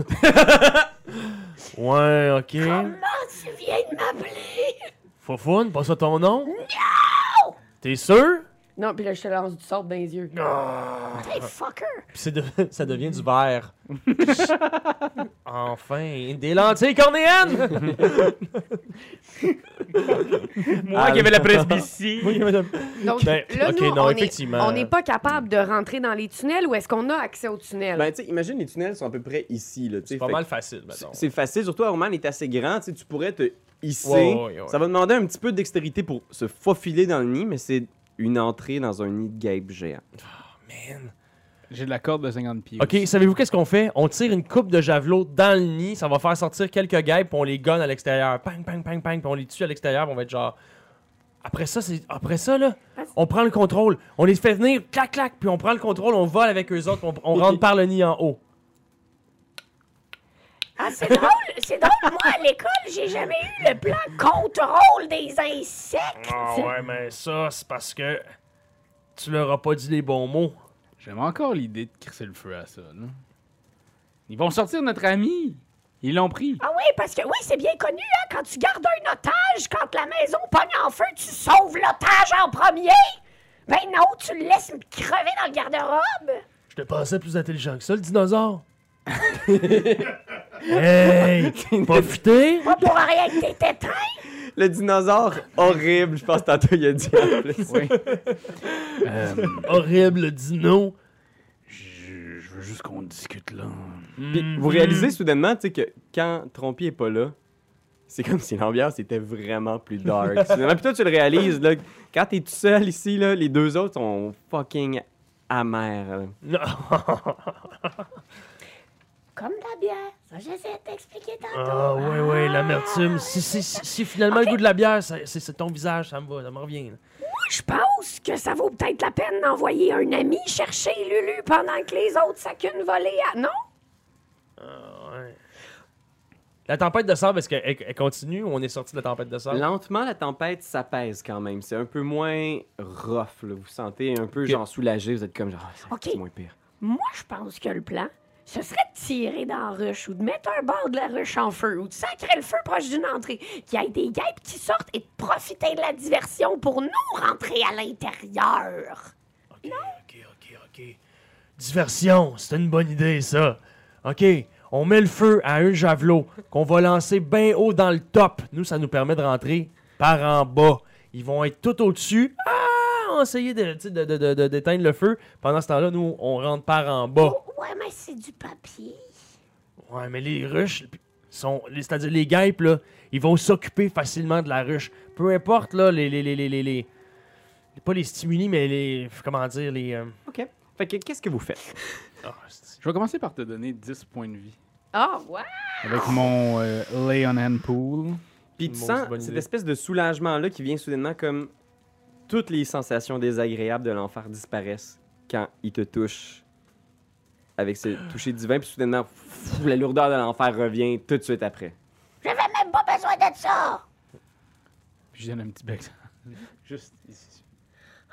ouais, ok. Comment tu viens de m'appeler? Foufoune, pas ça ton nom? Non! T'es sûr? Non, puis là, je te lance du sort dans les yeux. Hey, fucker! Puis c'est de- ça devient du verre. enfin, des lentilles cornéennes! Moi qui avais la presbytie. Donc, Ben, là, ok, nous, non, on est- effectivement. on n'est pas capable de rentrer dans les tunnels ou est-ce qu'on a accès aux tunnels? Ben, tu sais, imagine, les tunnels sont à peu près ici, là. tu sais, C'est pas fait mal que facile, maintenant. c'est- C'est facile, surtout Roman est assez grand, tu sais, tu pourrais te hisser. Ouais, ouais, ouais. Ça va demander un petit peu de dextérité pour se faufiler dans le nid, mais c'est une entrée dans un nid de guêpe géant. J'ai de la corde de 50 pieds. Ok, savez-vous qu'est-ce qu'on fait? On tire une coupe de javelot dans le nid, ça va faire sortir quelques guêpes, puis on les gonne à l'extérieur. Pang, pang, pang, pang, puis on les tue à l'extérieur, puis on va être genre. Après ça, c'est. Après ça, là, on prend le contrôle. On les fait venir, clac, clac, puis on prend le contrôle, on vole avec eux autres, puis on, on rentre par le nid en haut. Ah, c'est drôle, c'est drôle. Moi, à l'école, j'ai jamais eu le plan contrôle des insectes. Ah ouais, mais ça, c'est parce que tu leur as pas dit les bons mots. J'aime encore l'idée de crisser le feu à ça. là. Ils vont sortir notre ami. Ils l'ont pris. Ah oui, parce que oui, c'est bien connu, hein, quand tu gardes un otage, quand la maison pogne en feu, tu sauves l'otage en premier. Ben non, tu le laisses crever dans le garde-robe. Je te pensais plus intelligent que ça, le dinosaure. hey! Profitez! Pas pour rien que t'étais éteint. Le dinosaure, horrible, je pense que tantôt il a dit en plus. Euh, Horrible dino! Je, je veux juste qu'on discute là. Puis Mhm. vous réalisez soudainement, tu sais, que quand Trompier est pas là, c'est comme si l'ambiance était vraiment plus dark. Soudainement, puis toi, tu le réalises, là, quand t'es tout seul ici, là, les deux autres sont fucking amers. là. Non. Comme la bière. Ça, j'essaie de t'expliquer tantôt. Ah ouais, ouais, l'amertume. Si, si, si, si finalement le goût de la bière, ça- c'est c'est ton visage, ça me va, ça me revient. là. Je pense que ça vaut peut-être la peine d'envoyer un ami chercher Lulu pendant que les autres s'accunent voler à... Non? La tempête de sable, est-ce qu'elle elle continue ou on est sorti de la tempête de sable? Lentement, la tempête s'apaise quand même. C'est un peu moins rough, là. Vous sentez un peu, genre, soulagé. Vous êtes comme, genre, Ah, c'est Ok. c'est moins pire. Moi, je pense que le plan, ce serait de tirer dans la ruche ou de mettre un bord de la ruche en feu ou de sacrer le feu proche d'une entrée, qu'il y ait des guêpes qui sortent et de profiter de la diversion pour nous rentrer à l'intérieur. Ok, ok, ok. Diversion, c'est une bonne idée, ça. Ok, on met le feu à un javelot qu'on va lancer bien haut dans le top. Nous, ça nous permet de rentrer par en bas. Ils vont être tout au-dessus. Ah, on va essayer de- tu sais, de- de- de- de- d'éteindre le feu. Pendant ce temps-là, nous, on rentre par en bas. Ouais, mais c'est du papier. Ouais, mais les ruches, p- sont, les- c'est-à-dire les guêpes, là, ils vont s'occuper facilement de la ruche. Peu importe, là, les. les, les, les, les, les- pas les stimuli, mais les. Comment dire, les. euh, OK. Fait que, qu'est-ce que vous faites? ah, c'est- Je vais commencer par te donner 10 points de vie. Ah, ouais! Avec mon euh, Lay on Hand Pool. Puis tu Maudite sens bonne cette idée. espèce de soulagement-là qui vient soudainement comme toutes les sensations désagréables de l'enfer disparaissent quand il te touche avec ce toucher divin. Puis soudainement, pff, la lourdeur de l'enfer revient tout de suite après. J'avais même pas besoin de ça! Puis je donne un petit bec. Juste ici.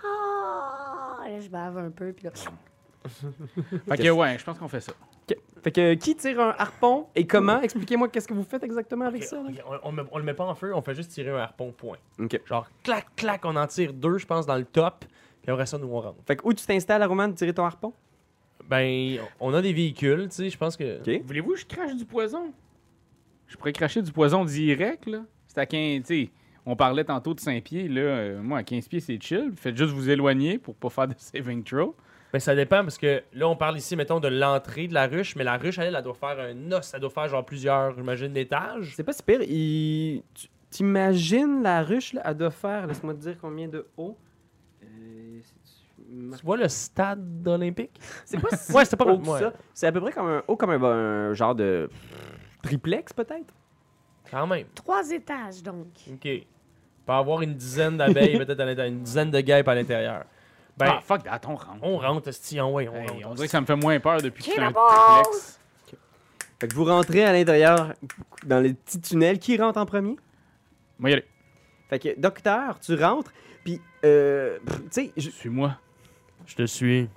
Oh! Là, je bave un peu, puis là... Fait que ouais, je pense qu'on fait ça. Fait que euh, qui tire un harpon et comment? Expliquez-moi qu'est-ce que vous faites exactement avec ça. là. Ok, on, on met- on le met pas en feu, on fait juste tirer un harpon point. OK. Genre, clac, clac, on en tire deux, je pense, dans le top. Puis après ça, nous, on rentre. Fait que où tu t'installes à Roman de tirer ton harpon? Ben, on a des véhicules, tu sais, je pense que. Ok. Voulez-vous que je crache du poison? Je pourrais cracher du poison direct, là. C'est à 15, tu sais, on parlait tantôt de 5 pieds, là. Euh, moi, à 15 pieds, c'est chill. Faites juste vous éloigner pour pas faire de saving throw. Ben, ça dépend parce que là, on parle ici, mettons, de l'entrée de la ruche, mais la ruche, elle, elle, elle doit faire un os, elle doit faire genre plusieurs, j'imagine, étages. C'est pas si pire. Il... tu- T'imagines la ruche, là, elle doit faire, laisse-moi te dire combien de haut. Euh, c'est-tu Tu vois le stade olympique? C'est pas si Ouais, c'était pas haut mal, que ouais. ça. C'est à peu près comme un haut comme un, un genre de triplex peut-être. Quand même. Trois étages, donc. OK. Par avoir une dizaine d'abeilles, peut-être à l'intérieur, une dizaine de guêpes à l'intérieur. Ben, Ah, fuck that, on rentre. on rentre, esti, on, ouais, on Hey, rentre. on dirait que ça me fait moins peur depuis que c'est un Cannibals! triplex. Fait que vous rentrez à l'intérieur dans le petit tunnel. Qui rentre en premier? Moi, y aller. Fait que docteur, tu rentres, puis euh, pff, tu sais, je- Suis-moi. Je te suis.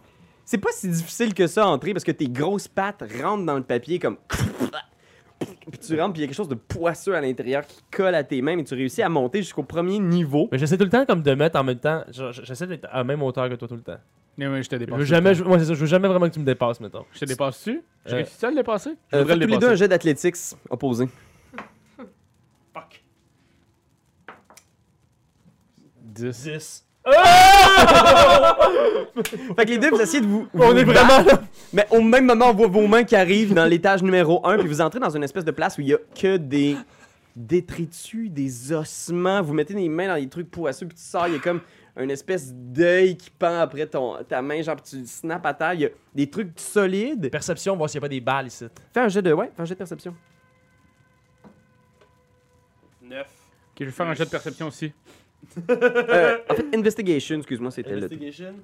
c'est pas si difficile que ça à entrer parce que tes grosses pattes rentrent dans le papier comme puis tu rentres puis il y a quelque chose de poisseux à l'intérieur qui colle à tes mains mais tu réussis à monter jusqu'au premier niveau. Mais j'essaie tout le temps comme de mettre en même temps. je- je- J'essaie d'être à la même hauteur que toi tout le temps. Non, mais je te Je dépasse. veux jamais, je, ouais, c'est ça, je veux jamais vraiment que tu me dépasses, mettons. Ah, Je te dépasse-tu? Je Euh, réussis à le dépasser? Je Euh, voudrais faites le tous les deux un dépasser. jet d'athlétiques opposé. Fuck. 10. 10. Fait que les deux vous essayez de vous, On vous est vraiment là. Mais au même moment, on voit vos mains qui arrivent dans l'étage numéro 1, puis vous entrez dans une espèce de place où il n'y a que des détritus, des ossements. Vous mettez des mains dans des trucs poisseux, puis tu sors, il y a comme une espèce d'œil qui pend après ton, ta main, genre, puis tu snaps à terre. Il y a des trucs solides. Perception, voir s'il n'y a pas des balles ici. Fais un jet de, ouais, fais un jet de perception. Ok, je vais faire un jet de perception aussi. Euh, en fait, investigation, excuse-moi, c'était le... Investigation.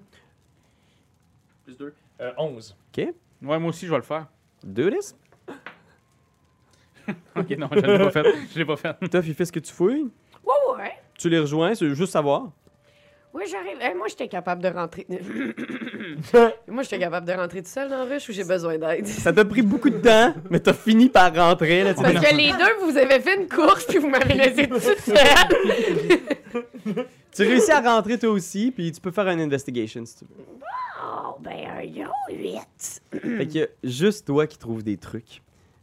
Plus 2. Euh, 11. Ouais, moi aussi, je vais le faire. Deux listes? Ok, non, je l'ai pas fait. Je l'ai pas fait. Toff, il fait ce que tu fouilles. Ouais, ouais. Tu les rejoins, c'est juste savoir. Oui, j'arrive. Eh, Euh, moi, j'étais capable de rentrer. moi, j'étais capable de rentrer tout seul dans la ruche ou j'ai besoin d'aide. Ça t'a pris beaucoup de temps, mais t'as fini par rentrer, là, tu Parce que les deux, vous avez fait une course puis vous m'avez laissé tout seul. Tu réussis à rentrer toi aussi, puis tu peux faire un investigation si tu veux. Oh, ben, un gros 8. Fait que juste toi qui trouves des trucs.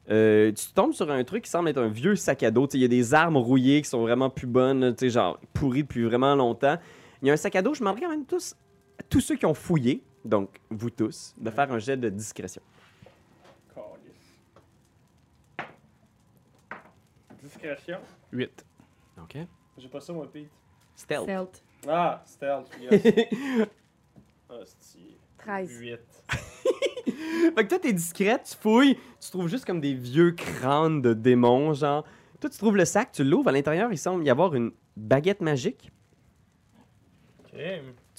Euh, tu tombes sur un truc qui semble être un vieux sac à dos. Tu sais, Il y a des armes rouillées qui sont vraiment plus bonnes, là, tu sais, genre pourries depuis vraiment longtemps. Il y a un sac à dos, je demanderais quand même tous, à tous ceux qui ont fouillé, donc vous tous, de faire un jet de discrétion. Discrétion. 8. OK. J'ai pas ça, moi, Pete. Stealth. Ah, stealth, Hostie. 13. 8. Fait que toi, t'es discrète, tu fouilles, tu trouves juste comme des vieux crânes de démons, genre. Toi, tu trouves le sac, tu l'ouvres, à l'intérieur, il semble y avoir une baguette magique. Tu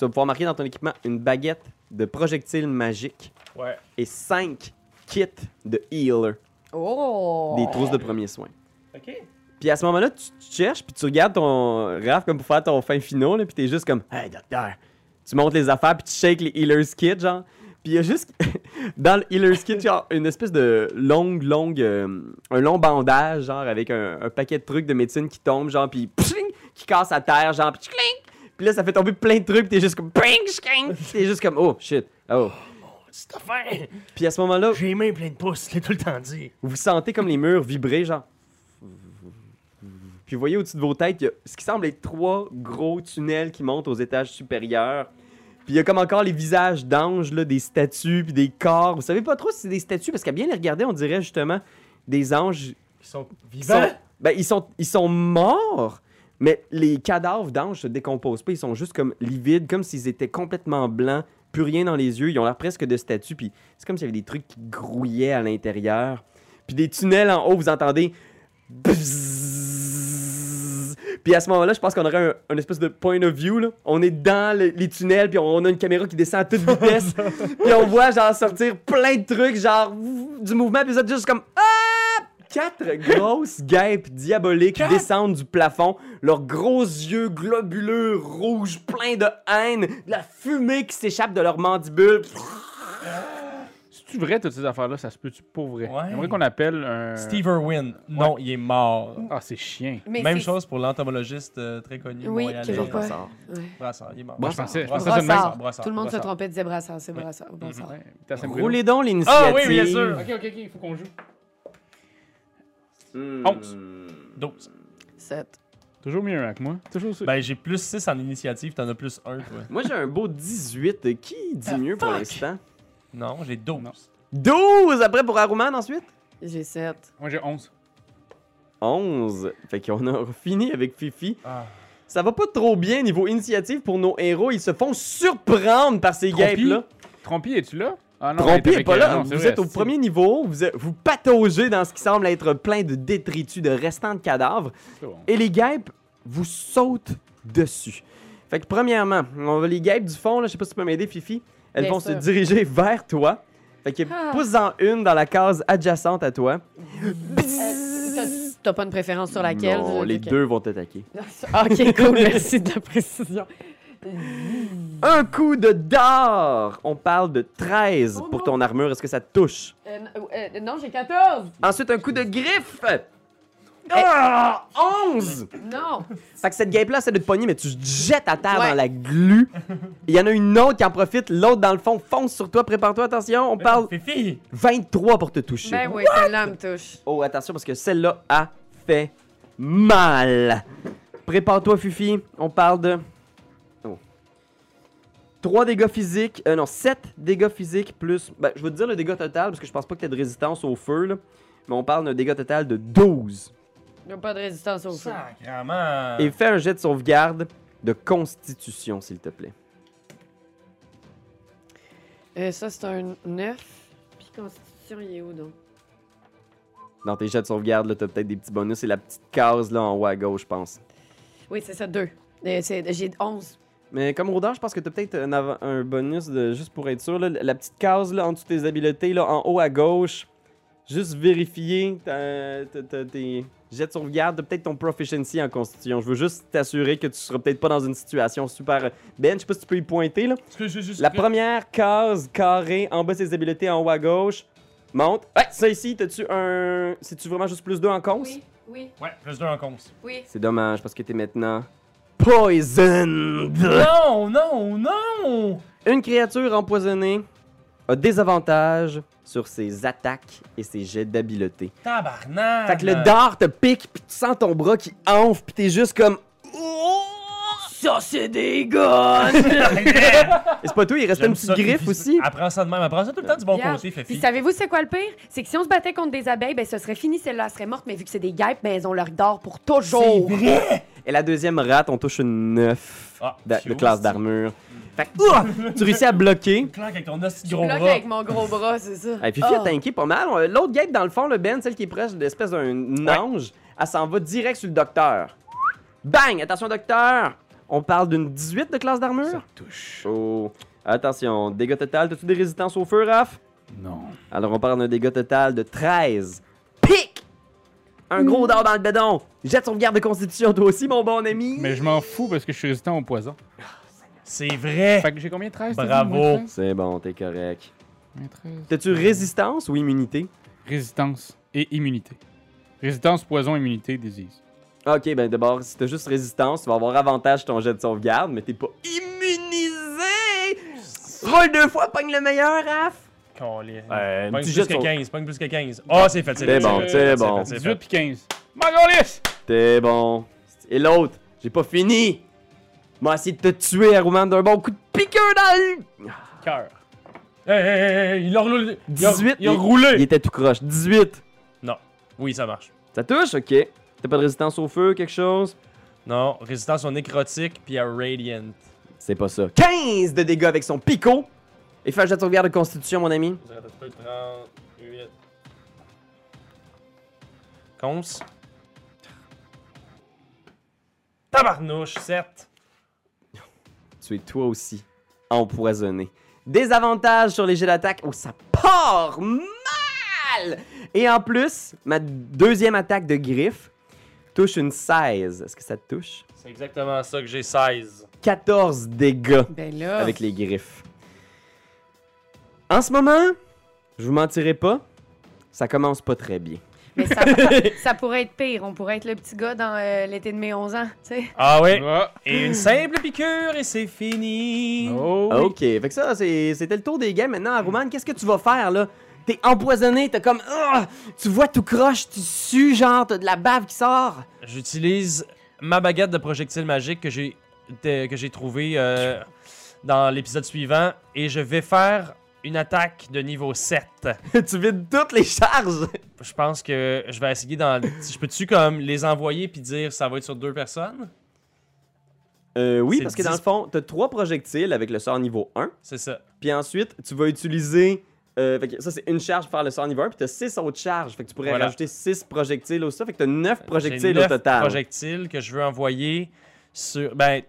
vas pouvoir marquer dans ton équipement une baguette de projectiles magiques Ouais. et 5 kits de healer, Oh! des trousses de premiers soins. OK. Puis à ce moment-là, tu, tu cherches, puis tu regardes ton Raph comme pour faire ton fin finaux, là, puis t'es juste comme Hey docteur. Tu montes les affaires, puis tu shakes les healer's kits, genre. Puis il y a juste dans le healer's kit, genre une espèce de longue, longue, euh, un long bandage, genre avec un, un paquet de trucs de médecine qui tombe, genre, puis pshing, qui casse à terre, genre, puis clink. Puis là, ça fait tomber plein de trucs, puis t'es juste comme ping, shking. Puis T'es juste comme oh shit, oh. C'est affaire! Puis à ce moment-là, J'ai les mains pleines de pouces, je l'ai tout le temps dit. vous sentez comme les murs vibrer, genre. Puis vous voyez au-dessus de vos têtes, il y a ce qui semble être trois gros tunnels qui montent aux étages supérieurs. Puis il y a comme encore les visages d'anges, là, des statues, puis des corps. Vous savez pas trop si c'est des statues, parce qu'à bien les regarder, on dirait justement des anges. Ils sont qui vivants. sont- ben, ils, sont, ils sont morts, mais les cadavres d'anges se décomposent pas. Ils sont juste comme livides, comme s'ils étaient complètement blancs, plus rien dans les yeux. Ils ont l'air presque de statues, puis c'est comme s'il y avait des trucs qui grouillaient à l'intérieur. Puis des tunnels en haut, vous entendez. Bzzz. Puis à ce moment-là, je pense qu'on aurait un, un espèce de point of view. Là. On est dans le- les tunnels, puis on, a une caméra qui descend à toute vitesse. puis on voit genre sortir plein de trucs, genre du mouvement, puis vous êtes juste comme Ah! Quatre grosses guêpes diaboliques descendent du plafond, leurs gros yeux globuleux rouges pleins de haine, de la fumée qui s'échappe de leurs mandibules. C'est-tu vrai, toutes ces affaires-là? Ça se peut-tu pour vrai? Ouais. J'aimerais qu'on appelle un. Steve Irwin. Non, il est mort. Ah, c'est chien. Mais Même c'est- chose pour l'entomologiste euh, très connu Oui, montréalais. qui va pas. Brassard. Ouais. Brassard, il est mort. Moi, je pensais, je pensais que c'est le même. Mm-hmm. Brassard, Brassard. brassard, Tout le monde brassard. se trompait, disait Brassard, c'est Brassard. Brassard. Ouais, putain, ça me brûle. Roulez donc l'initiative. Ah oui, bien sûr. Ok, ok, ok, il faut qu'on joue. Hmm. Onze. 12. 7. Toujours mieux hein, que moi. Toujours ça. Ben, j'ai plus 6 en initiative, t'en as plus 1, toi. Moi, j'ai un beau 18. Qui dit Ah, mieux pour l'instant? non, j'ai 12. Non. 12 après pour Aruman ensuite? J'ai 7. Moi, j'ai 11. 11. Fait qu'on a fini avec Fifi. Ah. Ça va pas trop bien niveau initiative pour nos héros. Ils se font surprendre par ces guêpes-là. Trompi, es-tu là? Ah non, Trompé elle est est pas avec- là. euh, non, vous c'est vrai, êtes au c'est- premier niveau. Vous, êtes- vous pataugez dans ce qui semble être plein de détritus, de restants de cadavres. c'est bon. Et les guêpes vous sautent dessus. Fait que premièrement, on va les guêpes du fond, là, je sais pas si tu peux m'aider, Fifi. Elles Bien vont se sûr. diriger vers toi. Fait que Ah. pousse-en une dans la case adjacente à toi. Euh, T'as- T'as pas une préférence sur laquelle? Non, je- les ok. Ah, deux vont t'attaquer. Ok, cool, merci de la précision. Un coup de dard! On parle de 13 Oh pour non. ton armure. Est-ce que ça te touche? Euh, n- euh, non, j'ai 14! Ensuite, un coup de griffe! Ah! 11! Non! Fait que cette guêpe-là, c'est de te pogner, mais tu te jettes à terre Ouais. dans la glu. Il y en a une autre qui en profite, l'autre dans le fond fonce sur toi. Prépare-toi, attention, on parle Ben, Fifi! 23 pour te toucher. Ben oui, celle-là me touche. Oh, attention, parce que celle-là a fait mal. Prépare-toi, Fufi. On parle de. Oh. 3 dégâts physiques. Euh, non, 7 dégâts physiques plus. Ben, je vais te dire le dégât total, parce que je pense pas que t'aies de résistance au feu, là. Mais on parle d'un dégât total de 12. Y'a pas de résistance au feu. Sacrement. Et fais un jet de sauvegarde de constitution, s'il te plaît. Euh, ça, c'est un 9. Puis Constitution, il est où donc? Dans tes jets de sauvegarde, là, t'as peut-être des petits bonus. C'est la petite case, là, en haut à gauche, je pense. Oui, c'est ça, 2. j'ai 11. Mais comme rôdeur, je pense que tu as peut-être un, av- un bonus de, juste pour être sûr. là, la petite case là, en dessous de tes habiletés, là, en haut à gauche. Juste vérifier ta- ta- ta- tes jets de sauvegarde, t'as peut-être ton proficiency en constitution. Je veux juste t'assurer que tu seras peut-être pas dans une situation super. Ben, je sais pas si tu peux y pointer. Là. Est-ce que j'ai juste La pris- première case carrée en bas de tes habiletés, en haut à gauche. Monte. Ouais, ça ici, t'as-tu un. C'est-tu vraiment juste plus 2 en cons? oui, Ouais, plus deux en conce. oui. C'est dommage parce que t'es maintenant. Poisoned! Non, non, non! Une créature empoisonnée a des avantages sur ses attaques et ses jets d'habileté. Tabarnak! Fait que le dard te pique, puis tu sens ton bras qui enfle, puis t'es juste comme... Oh, ça, c'est des guns! et c'est pas tout, il reste une J'aime petite ça, Ah. griffe Fifi. aussi. Apprends ça de même, apprends ça tout le temps du bon Regarde. côté, Fifi. Puis savez-vous c'est quoi le pire? C'est que si on se battait contre des abeilles, ben ce serait fini, celle-là serait morte, mais vu que c'est des guêpes, ben elles ont leur d'or pour toujours. Et la deuxième rate, on touche une 9 Ah, de, c'est de où, classe c'est- d'armure. Fait que ouah, tu réussis à bloquer. Claque avec ton hostie de Je gros bloque bras. avec mon gros bras, c'est ça. Ah, Et puis, Oh. Fifi a tanké pas mal. On- L'autre guêpe, dans le fond, le Ben, celle qui est proche de l'espèce d'un ange, elle s'en va direct sur le docteur. Bang! Attention, docteur! On parle d'une 18 de classe d'armure? touche. Oh. Attention, dégâts total. T'as-tu des résistances au feu, Raph? Non. Alors, on parle d'un dégât total de 13. Pic! Un gros dard dans le bédon. Jette son garde de constitution, toi aussi, mon bon ami. Mais je m'en fous parce que je suis résistant au poison. C'est vrai! Fait que j'ai combien 13 t'as dit, Bravo. moins 13? C'est bon, t'es correct. Moins 13. T'as-tu résistance ou immunité? Résistance et immunité. Résistance, poison, immunité, disease. Ok, ben d'abord, si t'as juste résistance, tu vas avoir avantage sur ton jet de sauvegarde, mais t'es pas immunisé! Roll deux fois, pogne le meilleur, Raph! Colin. Euh, Pogne tu plus jettes que ton- 15, pogne plus que 15. Ah, c'est fait, c'est C'est fait, bon, fait, c'est fait, bon. fait, c'est 18 fait. puis 15. Mangolis! T'es bon. Et l'autre, j'ai pas fini! Moi, essayé de te tuer, Roman, d'un bon coup de piqueur dans le... Cœur. Hey, hey, hey, hey, il a roulé. il a- 18, Il a roulé. Il était tout croche. 18! Oui, ça marche. Ça touche? Ok. T'as pas de résistance au feu, quelque chose? Non, résistance au nécrotique puis à Radiant. C'est pas ça. 15 de dégâts avec son picot! Et fais un jet de sauvegarde de constitution, mon ami. Vous avez peut-être 38. Cons. Tabarnouche, 7. Tu es toi aussi empoisonné. Désavantage sur les jets d'attaque. Oh, ça part mal! Et en plus, ma deuxième attaque de griffe touche une 16. Est-ce que ça te touche? C'est exactement ça que j'ai 16. 14 dégâts Ben là. avec les griffes. En ce moment, je vous mentirai pas, ça commence pas très bien. Mais ça, ça pourrait être pire. On pourrait être le petit gars dans euh, l'été de mes 11 ans, tu sais. Ah Eh. oui. Ah. Et une simple piqûre et c'est fini. Oh, oui. Ok, fait que ça, c'est- c'était le tour des games. Maintenant, Roman, qu'est-ce que tu vas faire là? T'es empoisonné, t'as comme. Ah! tu vois tout croche, tu sues, genre, t'as de la bave qui sort. J'utilise ma baguette de projectile magique que j'ai de- que j'ai trouvée euh, dans l'épisode suivant et je vais faire une attaque de niveau 7. tu vides toutes les charges. Je pense que je vais essayer dans. Je peux-tu comme les envoyer puis dire ça va être sur deux personnes? Euh, oui, C'est parce que dans dix- le fond, tu as trois projectiles avec le sort niveau 1. C'est ça. Puis ensuite, tu vas utiliser. euh, fait que ça, c'est une charge pour faire le sort niveau 1. Puis tu as 6 autres charges. Fait que tu pourrais Voilà. rajouter 6 projectiles au ça. Fait que tu as 9 J'ai projectiles neuf au total. projectiles que je veux envoyer sur. Ben,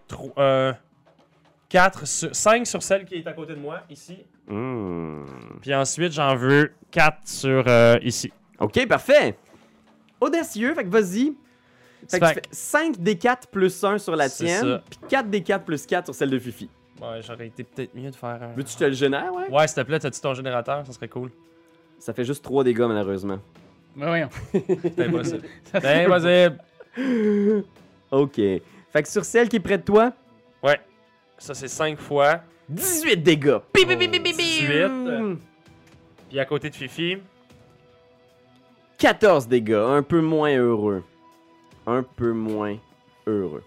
4 sur. 5 sur celle qui est à côté de moi, ici. Hmm. Puis ensuite, j'en veux 4 sur euh, ici. Ok, parfait. Audacieux, fait que vas-y. Fait que Fait tu fais 5 des 4 plus 1 sur la C'est tienne, ça. puis 4 des 4 plus 4 sur celle de Fifi. Ouais, j'aurais été peut-être mieux de faire un. Veux-tu que je te le génère, ouais? Ouais, s'il te plaît, t'as-tu ton générateur? Ça serait cool. Ça fait juste 3 dégâts, malheureusement. Ben voyons. C'est impossible. Ben, C'est impossible. Ok. Fait que sur celle qui est près de toi, Ça, c'est 5 fois. 18 dégâts. Pip, pip, pip, pip, pip, pip. 18. Puis à côté de Fifi. 14 dégâts, un peu moins heureux. Un peu moins heureux.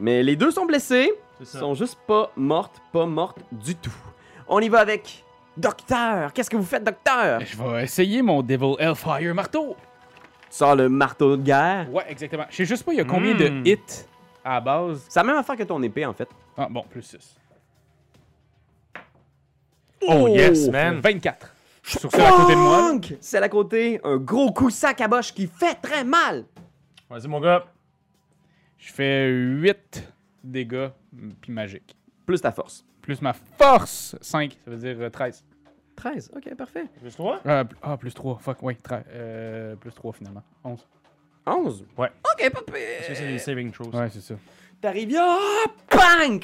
Mais les deux sont blessés, C'est ça. sont juste pas mortes, pas mortes du tout. On y va avec Docteur. Qu'est-ce que vous faites, Docteur? Je vais essayer mon Devil Hellfire marteau. Tu sors le marteau de guerre. Ouais, exactement. Je sais juste pas, il y a combien de hits à la base. C'est la même affaire que ton épée, en fait. Ah, bon, plus 6. Oh, yes, man. 24. Sur celle à côté de moi. Bonk! Celle à côté, un gros coup de sac à boche qui fait très mal. Vas-y, mon gars. Je fais 8 dégâts, mm, puis magique. Plus ta force. Plus ma force, 5, ça veut dire euh, 13. 13, ok, parfait. Plus 3? Ah, pl- ah, plus 3, fuck, ouais, 13. Euh, plus 3 finalement, 11. 11. Ouais. Ok, pas Parce que pire. c'est des saving throws. Ouais, c'est ça. T'arrives, là, ah, bang!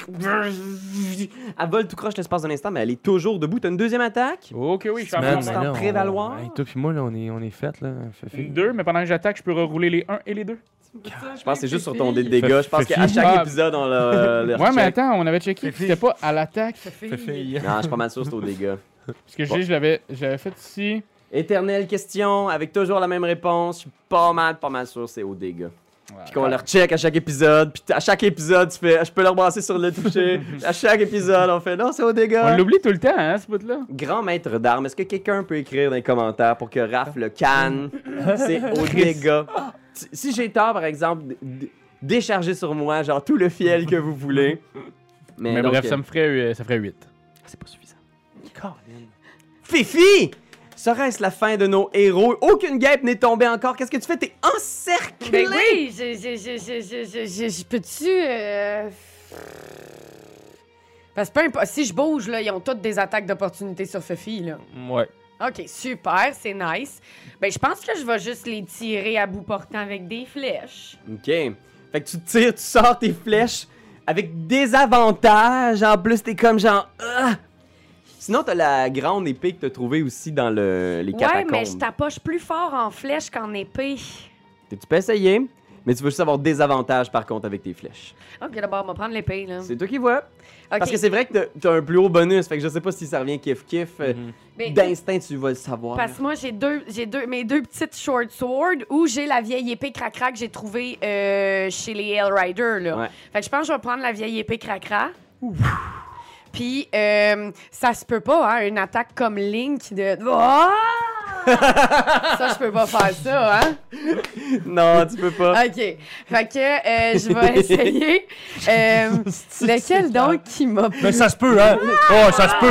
Elle vole tout croche l'espace d'un instant, mais elle est toujours debout. T'as une deuxième attaque. Ok, oui, je suis Man, en mais force. là, on- prévaloir. hey, toi puis moi, là, on est, on est fait, là. Une 2, mais pendant que j'attaque, je peux rerouler les 1 et les 2. Je pense que c'est juste sur ton dé de dégâts. Je pense Fifi. qu'à chaque Ah. épisode, on l'a. l'a Ouais, mais recheck. attends, on avait checké que c'était pas à l'attaque. Non, je suis pas mal sûr, c'est aux dégâts. Parce que je dis, je l'avais je l'avais fait ici. Éternelle question, avec toujours la même réponse. Je suis pas mal, pas mal sûr, c'est aux dégâts. Puis qu'on Ouais. le recheck à chaque épisode. Puis t- à chaque épisode, tu fais, je peux le brasser sur le toucher. à chaque épisode, on fait, non, c'est aux On dégâts. l'oublie tout le temps, hein, ce bout-là. Grand maître d'armes, est-ce que quelqu'un peut écrire dans les commentaires pour que Raph le canne? C'est aux dégâts. Si- Si j'ai tort, par exemple, d- d- déchargez sur moi, genre tout le fiel que vous voulez. Mais, Mais donc, bref, euh, ça me ferait, euh, ça ferait 8. C'est pas suffisant. Fifi! Serait-ce la fin de nos héros? Aucune guêpe n'est tombée encore. Qu'est-ce que tu fais? T'es encerclé! Ben oui, je, je, je, je, je, je, je- je peux-tu. euh, Parce que peu importe, si je bouge, là, ils ont toutes des attaques d'opportunité sur Fifi, là. Ouais. OK, super, c'est nice. Ben, je pense que je vais juste les tirer à bout portant avec des flèches. Ok. Fait que tu tires, tu sors tes flèches avec des avantages. En plus, t'es comme genre. Ah! Sinon, t'as la grande épée que t'as trouvée aussi dans le, les Ouais, catacombes. mais je tapoche plus fort en flèche qu'en épée. T'es- Tu peux essayer, mais tu veux juste avoir des avantages par contre avec tes flèches. OK, d'abord, on va prendre l'épée, là. C'est toi qui vois. Parce Mm. OK, que c'est vrai que t'as- t'as un plus haut bonus. Fait que je sais pas si ça revient kiff-kiff. euh, Mm-hmm. ben, D'instinct, tu vas le savoir. Parce que moi, j'ai deux, j'ai deux, mes deux petites short swords ou j'ai la vieille épée cracra que j'ai trouvée euh, chez les Hell Riders. Là. Ouais. Fait que je pense que je vais prendre la vieille épée cracra. Puis, euh, ça se peut pas, hein, une attaque comme Link de. Ah! ça, je peux pas faire ça, hein? Non, tu peux pas. OK. Fait que euh, je vais essayer. Euh, lequel donc qui m'a. Mais ça se peut, hein? Oh, ça se peut!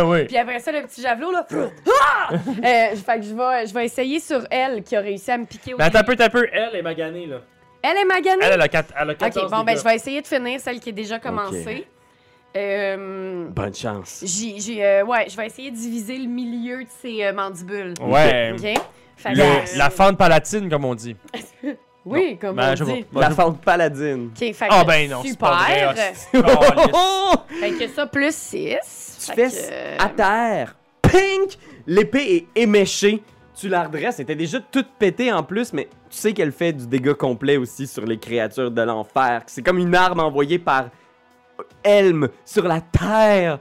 Ouais, ouais, ouais. Puis après ça, le petit javelot, là. Ah! Euh, fait que je vais, je vais essayer sur elle qui a réussi à me piquer au Mais attends un peu, attends un peu. Elle est maganée, là. Elle est maganée? Elle, elle a, quatre- elle a Ok, 14 bon, ben, dégâts. je vais essayer de finir celle qui est déjà commencée. Euh, Bonne chance. j'ai, j'ai, euh, ouais, je vais essayer de diviser le milieu de ses euh, mandibules. Ouais. Ok? Fait Le- que- la fente palatine, comme on dit. Oui, comme Ben, je on sais dit. pas. La fente paladine. Ok, fait Ah, que ben non, c'est super. pas vrai. Ah, c'est- Oh, yes. Fait que ça, plus 6. Tu fais euh, à terre. Pink! L'épée est éméchée. Tu la redresses. Elle était déjà toute pétée en plus, mais tu sais qu'elle fait du dégât complet aussi sur les créatures de l'enfer. C'est comme une arme envoyée par Helm sur la terre.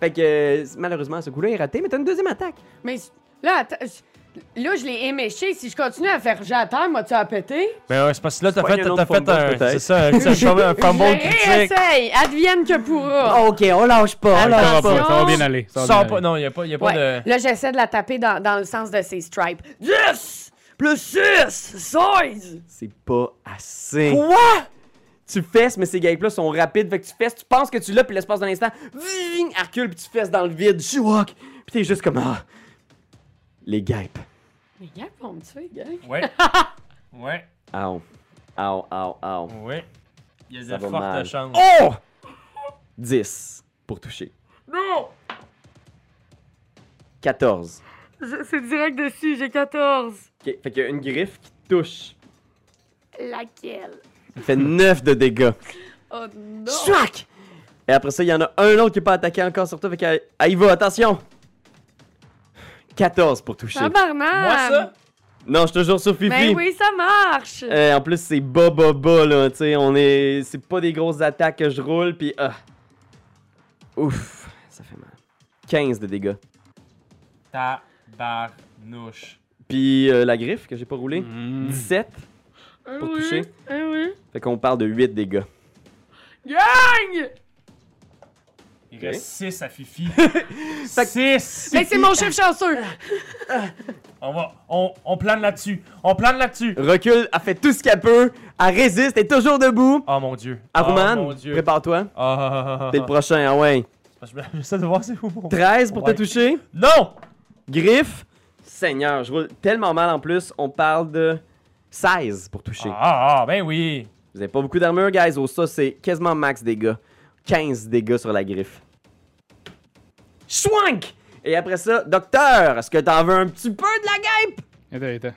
Fait que euh, malheureusement, ce coup-là est raté, mais t'as une deuxième attaque. Mais là, attends, je- là, je l'ai éméché. Si je continue à faire jeter à terre, moi, tu as pété. Mais Ben ouais, c'est parce que là, t'as Soigne fait, un autre t'as fait fumble, un. peut-être. C'est ça, un- t'as chopé un fumble critique. Réessaye, advienne que pourra. Ok, on lâche pas, on Ça va, lâche pas, pas. ça va bien aller. Ça va bien Ah, Sors aller. pas. Non, y a pas, y a pas Ouais. de. Là, j'essaie de la taper dans, dans le sens de ses stripes. 10 plus 6, 16. C'est pas assez. Quoi? tu fesses, mais ces guêpes-là sont rapides. Fait que tu fesses, tu penses que tu l'as, puis l'espace d'un instant, ving, elle recule, puis tu fesses dans le vide. Chouac! Puis t'es juste comme. Ah. Les guêpes. Les gars vont me tuer, gars. Ouais. ouais. Ow. Ow, ow, ow. Ouais. Il y a Ça de va fortes mal. chances. Oh! 10 pour toucher. Non! 14. C'est direct dessus, j'ai 14. Ok, Fait qu'il y a une griffe qui te touche. Laquelle? Il fait 9 de dégâts. Oh non! Chouac! Et après ça, il y en a un autre qui est pas attaqué encore sur toi. Fait qu'elle elle y va, attention! 14 pour toucher. Tabarnak! Moi, ça? Non, je te jure sur Fifi. Ben oui, ça marche! Euh, en plus, c'est bas, bas, bas, là. Tu sais, on est. C'est pas des grosses attaques que je roule, puis. ah. Ouf, ça fait mal. 15 de dégâts. Tabarnouche. Puis euh, la griffe que j'ai pas roulée, Mm. 17 Ah pour oui, toucher. ah oui. Fait qu'on parle de 8 dégâts. Il Ok. reste 6 à Fifi. que- 6! Mais c'est mon chef chanceux! On va. On, on plane là-dessus. On plane là-dessus. Recule, elle fait tout ce qu'elle peut, elle résiste, elle est toujours debout. Oh mon dieu. Aruman, oh, mon dieu. prépare-toi. Ah, ah, ah, ah, T'es le prochain, ah ouais. ah. Je- J'essaie de voir c'est où. mon- 13 pour Ouais. te toucher. Non! Griffe. Seigneur, je roule tellement mal en plus, on parle de 16 pour toucher. Ah, ah, ben oui. Vous avez pas beaucoup d'armure, guys. Au ça, c'est quasiment max dégâts. 15 dégâts sur la griffe. Schwank! Et après ça, docteur, est-ce que t'en veux un petit peu de la guêpe? Attends, attends.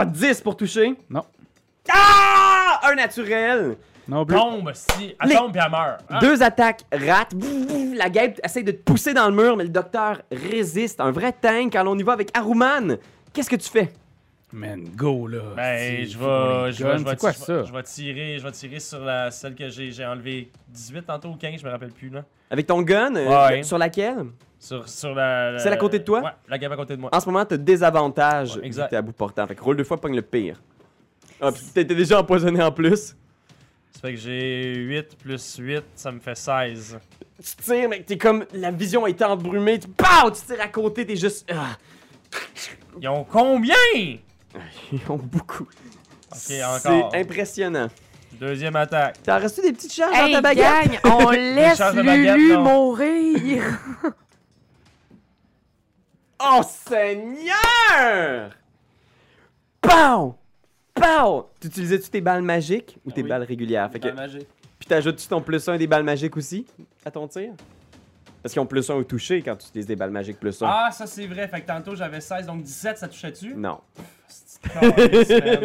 Ah! 10 pour toucher. Non. Ah! Un naturel. Non plus. Tombe si. Elle Les- tombe puis elle meurt. Ah. Deux attaques ratent. Bouf, bouf, La guêpe essaie de te pousser dans le mur, mais le docteur résiste. Un vrai tank. Quand on y va avec Aruman, qu'est-ce que tu fais? Man, go là. Ben, Si, je on vais. les Je vais. gonne. Je vais. C'est quoi je vais- ça? Je vais tirer. Je vais tirer sur la celle que j'ai. J'ai enlevé 18 tantôt ou 15, je me rappelle plus là. Avec ton gun? euh, Ouais. Sur laquelle? Sur, sur la, la- Celle à côté de toi? Ouais, la gamme à côté de moi. En ce moment, t'as désavantage. Ouais, vu exact. que T'es à bout portant. Fait que roule deux fois, pogne le pire. Ah, puis t'étais déjà empoisonné en plus. Ça fait que j'ai 8 plus 8, ça me fait 16. Tu tires, mec, t'es comme. La vision est embrumée. Tu, pow, tu tires à côté, t'es juste. Ah, Ils ont combien? ils ont beaucoup. Ok, encore. C'est impressionnant. Deuxième attaque. T'as reçu des petites charges Hey, dans ta baguette? gang, on laisse charges de baguette, Lulu non. mourir! Oh, Seigneur! Pow! Pow! T'utilisais-tu tes balles magiques Ah ou tes oui. balles régulières? Fait que, magique. puis t'ajoutes-tu ton plus 1 des balles magiques aussi à ton tir? Parce qu'ils ont plus 1 au toucher quand tu utilises des balles magiques plus 1. Ah, ça c'est vrai. Fait que tantôt j'avais 16, donc 17, ça touchait-tu? Non. C'était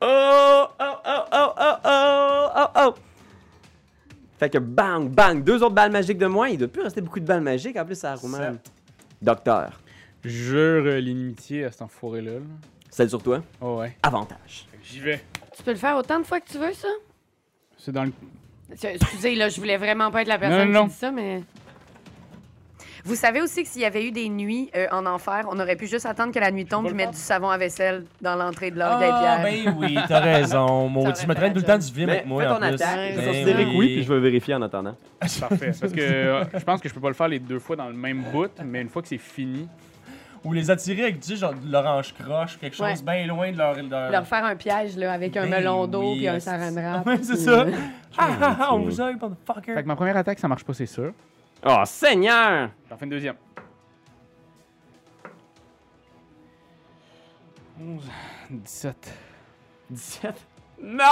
oh, oh, oh, oh, oh, oh, oh, oh. Fait que bang, bang, deux autres balles magiques de moins. Il doit plus rester beaucoup de balles magiques en plus à Roman. Docteur, Jure l'inimitié à cet enfoiré-là. là. celle sur toi, Oh ouais. avantage. J'y vais. tu peux le faire autant de fois que tu veux, ça? C'est dans le. Excusez, là, je voulais vraiment pas être la personne Non, non, non. qui dit ça, mais. Vous savez aussi que s'il y avait eu des nuits euh, en enfer, on aurait pu juste attendre que la nuit tombe et mettre du savon à vaisselle dans l'entrée de l'orgue Ah, à Pierre. ben oui, t'as raison. Maudit, je me traîne tout le temps du vim Mais avec moi. fais en ton plus. attaque. Ben Je considérais que oui, oui. puis je vais vérifier en attendant. Parfait. Parce que euh, je pense que je peux pas le faire les deux fois dans le même bout, mais une fois que c'est fini. Ou les attirer avec du genre de l'orange croche, quelque chose Ouais. bien loin de leur. leur- Leur faire un piège là, avec un Ben melon d'eau oui, puis un hostie. saran wrap. Mm. Ouais, c'est puis- ça. Ah, ah, ah, on Oui. vous a eu, Fait motherfucker. que ma première attaque, ça marche pas, c'est sûr. Oh, Seigneur! J'en fais une deuxième. 11, 17. 17. Non!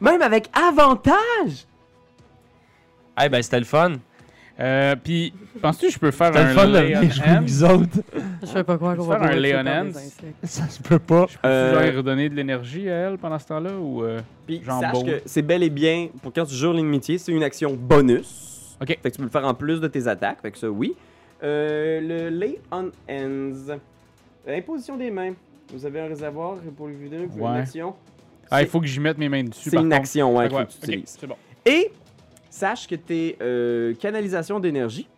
Même avec avantage! Eh ben, c'était le fun. Euh, puis, penses-tu que je peux faire C'était un le fun de lay on venir jouer avec hand? vous autres. Je sais pas quoi Faut qu'on faire va boire ça un par Léonens. des insectes. Ça se peut pas. Tu vas Euh, lui redonner de l'énergie à elle pendant ce temps-là ou. euh, Puis Genre sache bon. que c'est bel et bien, pour quand tu jures l'inimitié, c'est une action bonus. Ok. Fait que tu peux le faire en plus de tes attaques, fait que ça, oui. Euh, le Lay on Hands. Imposition des mains. Vous avez un réservoir pour le vider pour une Ouais. action. Ah, il C'est- faut que j'y mette mes mains dessus. C'est par une contre. action, ouais, Fait que qu'il faut ouais, que tu ok, utilises. c'est bon. Et sache que tes euh, canalisations d'énergie.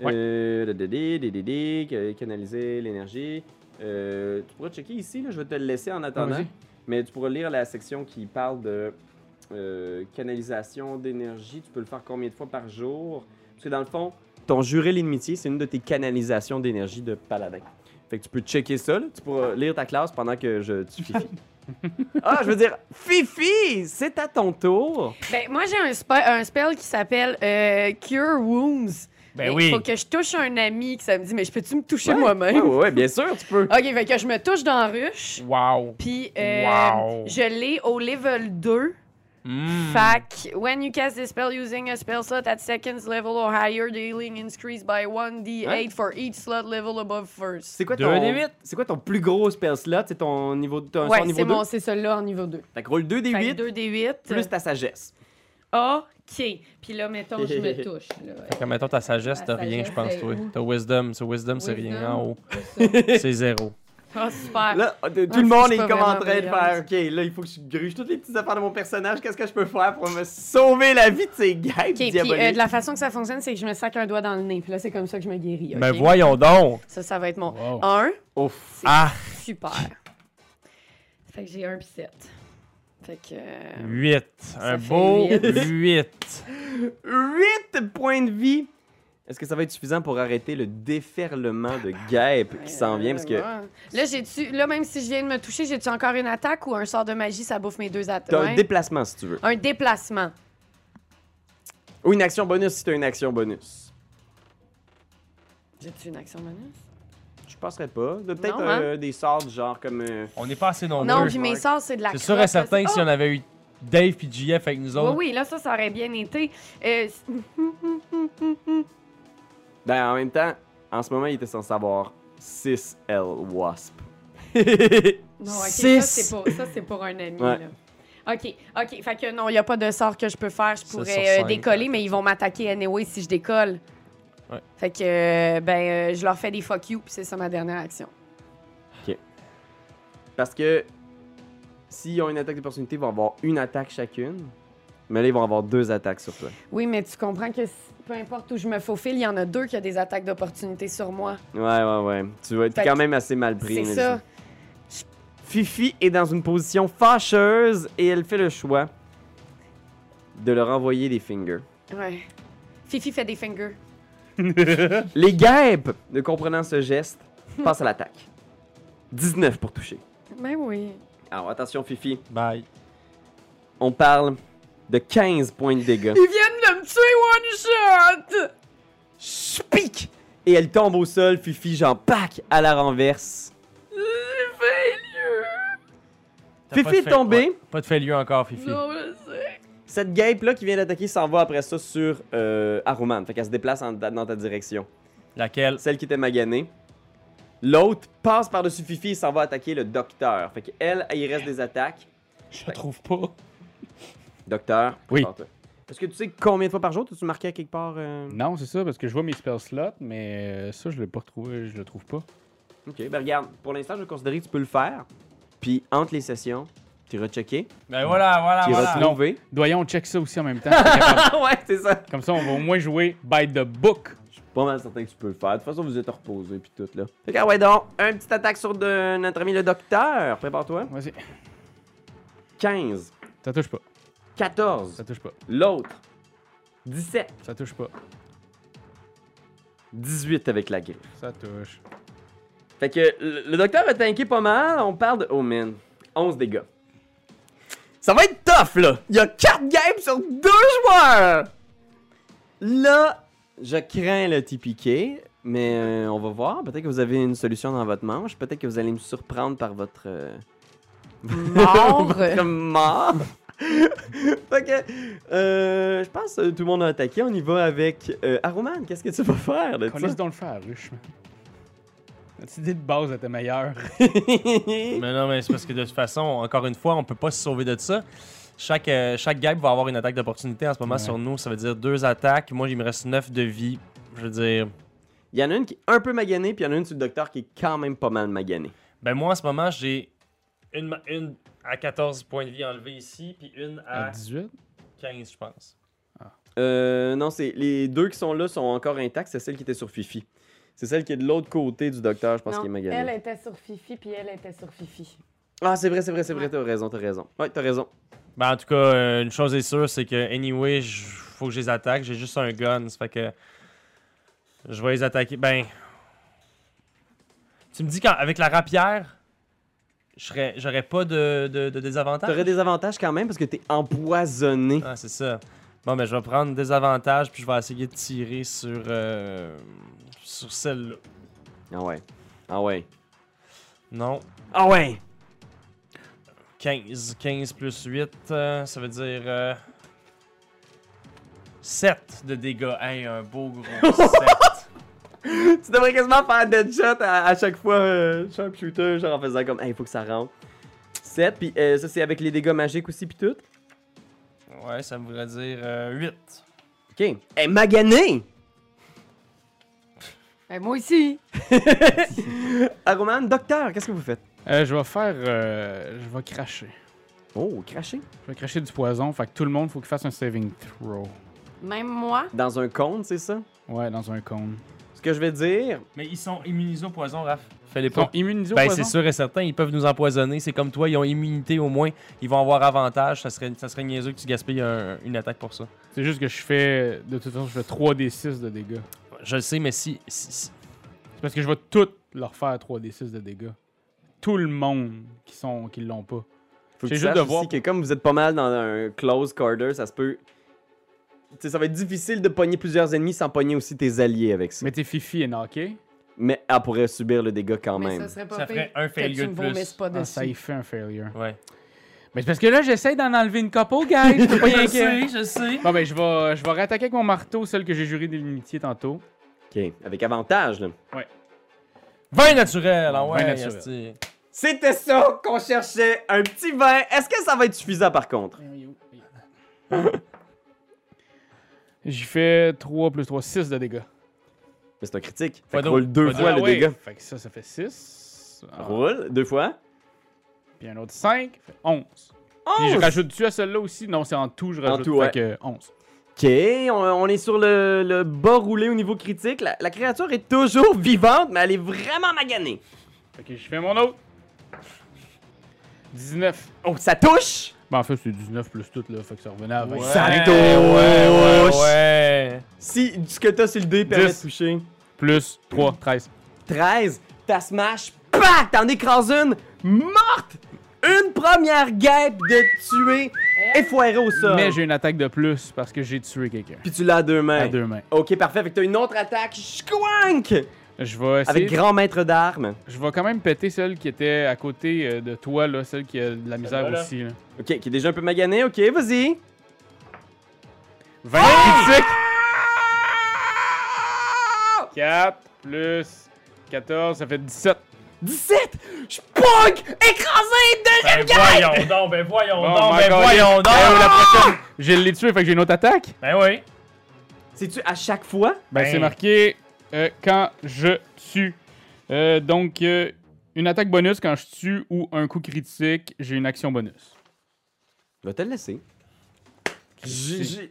Ouais. Euh, DDD, DDD, ca- canaliser l'énergie. Euh, tu pourras checker ici, là, je vais te le laisser en attendant. vas-y. mais tu pourras lire la section qui parle de euh, canalisation d'énergie. Tu peux le faire combien de fois par jour Parce que dans le fond, ton juré l'inimitié, c'est une de tes canalisations d'énergie de paladin. Fait que tu peux checker ça, là. tu pourras lire ta classe pendant que je tu fifi. ah, je veux dire, Fifi, c'est à ton tour. Ben, moi, j'ai un, spe- un spell qui s'appelle euh, Cure Wounds. Ben Mais oui. Il faut que je touche un ami que ça me dit, mais je peux-tu me toucher Ouais, moi-même? Ouais, ouais, ouais, bien sûr, tu peux. OK, fait que je me touche dans la ruche, Wow. puis euh, Wow. je l'ai au level 2. Mm. Fac, when you cast this spell using a spell slot at second level or higher, dealing increased by 1d8 for each slot level above first. C'est quoi Deux ton des huit. C'est quoi ton plus gros spell slot C'est ton niveau ton Ouais, son niveau c'est 2 mon, c'est celui-là en niveau 2. Fait que roule 2 des 8 2 des 8. plus ta sagesse. OK. Puis là, mettons, je me touche. Là. Fait que, mettons, ta sagesse, Ta t'as rien, je sagesse, pense, c'est toi. où? T'as wisdom. Ça, wisdom, c'est rien. En haut, Wisdom, c'est zéro. Ah, super. Là, t- tout je le monde suis est pas comme en vraiment train de faire OK, là, il faut que je gruge toutes les petites affaires de mon personnage. Qu'est-ce que je peux faire pour me sauver la vie de ces gars OK, puis diaboliques euh, de la façon que ça fonctionne, c'est que je me sac un doigt dans le nez. Puis là, c'est comme ça que je me guéris. OK? Ben voyons donc. Ça, ça va être mon Oh. 1. Ouf. Ah, Super. Fait que j'ai 1 puis 7. Fait que... euh, 8. Un fait beau huit. 8. 8 points de vie. Est-ce que ça va être suffisant pour arrêter le déferlement de guêpes qui s'en vient parce que Ouais. Là, j'ai-tu... Là, même si je viens de me toucher, j'ai-tu encore une attaque ou un sort de magie, ça bouffe mes deux attaques? t'as un déplacement si tu veux un déplacement. ou une action bonus si t'as une action bonus. J'ai-tu une action bonus? Je passerais pas. T'as Peut-être Non, hein? euh, des sorts du genre comme euh, On n'est pas assez nombreux. Non, puis mes sorts, c'est de la C'est sûr crotte, là, et certain que c'est- si on avait eu Dave puis JF avec nous Oh! autres, Oui, oui, là, ça, ça aurait bien été. Euh, c- Ben, en même temps, en ce moment, il était censé avoir 6 L Wasp. Non, ok, Six. ça, c'est pour, ça, c'est pour un ami. Ouais. Là. OK, OK. Fait que non, il n'y a pas de sort que je peux faire. Je Ça, pourrais sur euh, cinq. décoller, mais ils vont m'attaquer anyway si je décolle. Ouais. Fait que, euh, ben, euh, je leur fais des fuck you, puis c'est ça ma dernière action. Parce que s'ils ont une attaque d'opportunité, ils vont avoir une attaque chacune. Mais là, ils vont avoir deux attaques sur toi. Oui, mais tu comprends que si- peu importe où je me faufile, il y en a deux qui ont des attaques d'opportunité sur moi. Ouais, ouais, ouais. Tu vas être Fait quand que- même assez mal pris. c'est mais- ça. Fifi est dans une position fâcheuse et elle fait le choix de leur envoyer des fingers. Ouais. Fifi fait des fingers. Les guêpes, ne comprenant ce geste, passent à l'attaque. 19 pour toucher. Ben oui. Alors attention, Fifi. bye. On parle de 15 points de dégâts. Ils viennent de me tuer one shot! Spic! Et elle tombe au sol, Fifi, j'en pack à la renverse. T'as pas Fifi de est fa- tombée. ouais, Pas de failure encore, Fifi. Non, je sais. Cette guêpe-là qui vient d'attaquer s'en va après ça sur euh, Aroman. Fait qu'elle se déplace en- dans ta direction. Laquelle Celle qui était maganée. L'autre passe par-dessus Fifi et s'en va attaquer le docteur. Fait qu'elle, il reste des attaques. Je trouve pas. Docteur. Oui. prépare-toi. Est-ce que tu sais combien de fois par jour tu marqué à quelque part euh, Non, c'est ça, parce que je vois mes spell slots, mais euh, ça, je l'ai pas retrouvé, je le trouve pas. Ok, ben regarde, pour l'instant, je vais considérer que tu peux le faire. Puis entre les sessions, tu iras checker, Ben voilà, voilà, tu iras voilà. te lever. Doyon, on check ça aussi en même temps. Ah ouais, c'est ça. Comme ça, on va au moins jouer by the book. pas mal certain que tu peux le faire. De toute façon, vous êtes reposé puis tout là. Fait que, ah ouais donc, un petit attaque sur de- notre ami le docteur. Prépare-toi. Vas-y. 15, Ça touche pas, 14, ça touche pas, l'autre. 17, ça touche pas, 18 avec la griffe. ça touche. Fait que le, le docteur a tanké pas mal, on parle de Oh man, 11 dégâts. Ça va être tough là. Il y a 4 games sur 2 joueurs. Là, je crains le TPK, mais euh, on va voir, peut-être que vous avez une solution dans votre manche, peut-être que vous allez me surprendre par votre euh, Mort. Votre mort. fait que, euh, je pense que tout le monde a attaqué. On y va avec euh, Aroman. Qu'est-ce que tu vas faire de Connaisse donc le faire, ruche, man. Notre idée de base était meilleure. ça? Mais non, mais c'est parce que de toute façon, encore une fois, on peut pas se sauver de ça. Chaque, euh, chaque guêpe va avoir une attaque d'opportunité en ce moment Ouais. sur nous. Ça veut dire deux attaques. Moi, il me reste 9 de vie. Je veux dire. Il y en a une qui est un peu maganée, puis il y en a une sur le docteur qui est quand même pas mal maganée. Ben moi, en ce moment, j'ai une, ma- une à 14 points de vie enlevée ici, puis une À à 18. 15, je pense. Euh, non, c'est les deux qui sont là sont encore intacts. C'est celle qui était sur Fifi. C'est celle qui est de l'autre côté du docteur, je pense, qui est maganée. elle était sur Fifi, puis elle était sur Fifi. Ah, c'est vrai, c'est vrai, c'est vrai. T'as raison, t'as raison. Ouais, t'as raison. Ben en tout cas, euh, une chose est sûre, c'est que anyway, j- faut que je les attaque. J'ai juste un gun, ça fait que je vais les attaquer. Ben, Tu me dis qu'avec la rapière, je serais- j'aurais pas de, de, de désavantage? T'aurais des avantages quand même parce que t'es empoisonné. Ah, c'est ça. Bon, ben, je vais prendre des avantages, puis je vais essayer de tirer sur, euh, sur celle-là. Ah ouais. Ah ouais. Non. Ah ouais! 15. 15 plus 8, euh, ça veut dire. 7 de dégâts. Hey, un beau gros 7. Tu devrais quasiment faire deadshot à, à chaque fois, euh, sharpshooter, genre en faisant comme, hey, faut que ça rentre. 7, puis euh, ça c'est avec les dégâts magiques aussi, puis tout. Ouais, ça voudrait dire euh, 8. Ok. Hey, magané! Ben, moi aussi. Aroman, Ah, docteur, qu'est-ce que vous faites? Euh, je vais faire. euh, je vais cracher. Oh, craché. Je vais cracher du poison. Fait que tout le monde, faut qu'il fasse un saving throw. Même moi. Dans un cône, c'est ça? Ouais, dans un cône. Ce que je vais dire, Mais ils sont immunisés au poison, Raph. Fais-les Ils sont pas. immunisés au Ben, poison? c'est sûr et certain, ils peuvent nous empoisonner. C'est comme toi, ils ont immunité au moins. Ils vont avoir avantage. Ça serait, ça serait niaiseux que tu gaspilles un- une attaque pour ça. C'est juste que je fais. De toute façon, je fais 3d6 de dégâts. Je le sais, mais si. si- si- C'est parce que je vais tout leur faire 3d6 de dégâts. Tout le monde qui sont qui l'ont pas. faut que tu J'ai juste saches de aussi voir- que comme vous êtes pas mal dans un close quarter, ça se peut... Tu sais, ça va être difficile de pogner plusieurs ennemis sans pogner aussi tes alliés avec ça. Mais Mais, t'es Fifi et knocké. elle pourrait subir le dégât quand Mais même. ça serait pas Ça pire ferait un que tu failure me de plus. vomisses pas Ah, ça y dessus. fait un failure. Ouais. Mais c'est parce que là, j'essaie d'en enlever une couple, guys. Je peux pas rien que- je sais. Bon, ben, je vais, je vais réattaquer avec mon marteau, celle que j'ai juré d'inimitié tantôt. Ok, avec avantage, là. 20 naturels, ah ouais. 20 naturels. esti. C'était ça qu'on cherchait, un petit vin. Est-ce que ça va être suffisant par contre? J'y fais 3 plus 3, 6 de dégâts. Mais c'est un critique. Fait Pas que d'autre. roule deux Pas fois Ah le ouais, dégât. Fait que ça, ça fait 6. Roule deux fois. Puis un autre 5, fait 11. Puis je rajoute dessus à celle-là aussi. Non, c'est en tout, je rajoute. tout, ouais. Fait que 11. Ok, on, on est sur le, le bas roulé au niveau critique. La, la créature est toujours vivante, mais elle est vraiment maganée. Fait que je fais mon autre. 19. Oh, ça touche! Ben, en fait, c'est 19 plus tout, là. Fait que ça revenait à 20. Ça touche! Ouais, ouais. Si ce que t'as sur le dé permet de Dix. toucher. Plus 3, 13. 13, ta smash, PAC! T'en écrases une, morte! Une première guêpe de tuer et foirée au sol. Mais j'ai une attaque de plus parce que j'ai tué quelqu'un. Puis tu l'as à deux mains. À deux mains. Ok, parfait. Fait que t'as une autre attaque. Squank! Je vais essayer. Avec grand maître d'armes. Je vais quand même péter celle qui était à côté euh, de toi, là, celle qui a de la misère Celle-là, là. aussi. Là. Ok, qui est déjà un peu magané. Ok, vas-y. 20 Ah! critiques! 4 plus 14, ça fait 17. 17! Je pog! Écrasé! Deuxième Ben voyons donc, ben voyons Bon, donc, my ben God. voyons Eh, donc. la prochaine, je l'ai tué, fait que j'ai une autre attaque. Ben oui. C'est-tu à chaque fois? Ben, Ben. c'est marqué euh, quand je tue. Euh, donc, euh, une attaque bonus quand je tue ou un coup critique, j'ai une action bonus. Je vais te le laisser. J'ai- j'ai-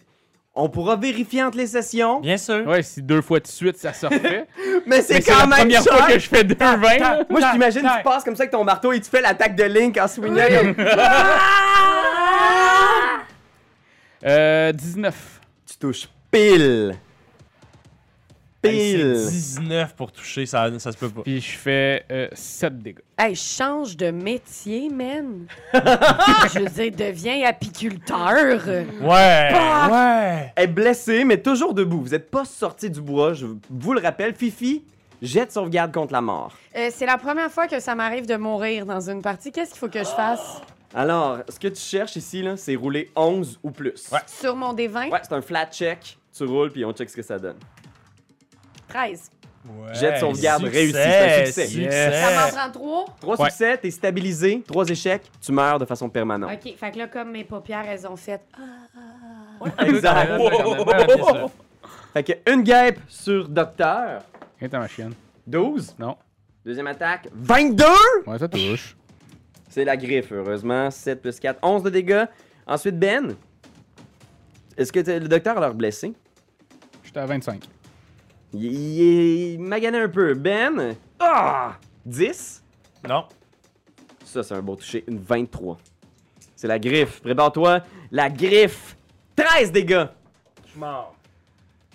On pourra vérifier entre les sessions, Bien sûr. Ouais, si deux fois de suite ça se refait. mais mais c'est quand la même première cher. fois que je fais deux 20. là. Moi, je t'imagine, tu passes comme ça avec ton marteau et tu fais l'attaque de Link en swingant comme... Euh, 19. Tu touches pile. Hey, Pile. c'est 19 pour toucher, ça, ça se peut pas. Puis je fais 7 dégâts. Hey, change de métier, man. Je veux dire, deviens apiculteur. Ouais. Ouais. est blessée, mais toujours debout. Vous n'êtes pas sorti du bois, je vous le rappelle. Fifi, jet de sauvegarde contre la mort. Euh, c'est la première fois que ça m'arrive de mourir dans une partie. Qu'est-ce qu'il faut que je fasse? Alors, ce que tu cherches ici, là, c'est rouler 11 ou plus. Ouais. Sur mon D20, Ouais, c'est un flat check. Tu roules, puis on check ce que ça donne. 13. Jet de sauvegarde Succès, réussi, c'est un succès. Ça m'en Yes. prend trois? Trois Ouais. succès, t'es stabilisé. Trois échecs, tu meurs de façon permanente. OK, fait que là, comme mes paupières, elles ont fait... Ah, Exact. Ah, Wow. Fait que une guêpe sur Docteur. Et ta machine. 12. Non. Deuxième attaque, 22! Ouais, ça touche. C'est la griffe, heureusement. 7 plus 4, 11 de dégâts. Ensuite, Ben. Est-ce que t'es- le docteur a l'air blessé? J'étais à 25. Il, il, il magané un peu. Ben. Ah! 10. Non. Ça, c'est un beau toucher. Une 23. C'est la griffe. Prépare-toi. La griffe. 13 dégâts. Je suis mort.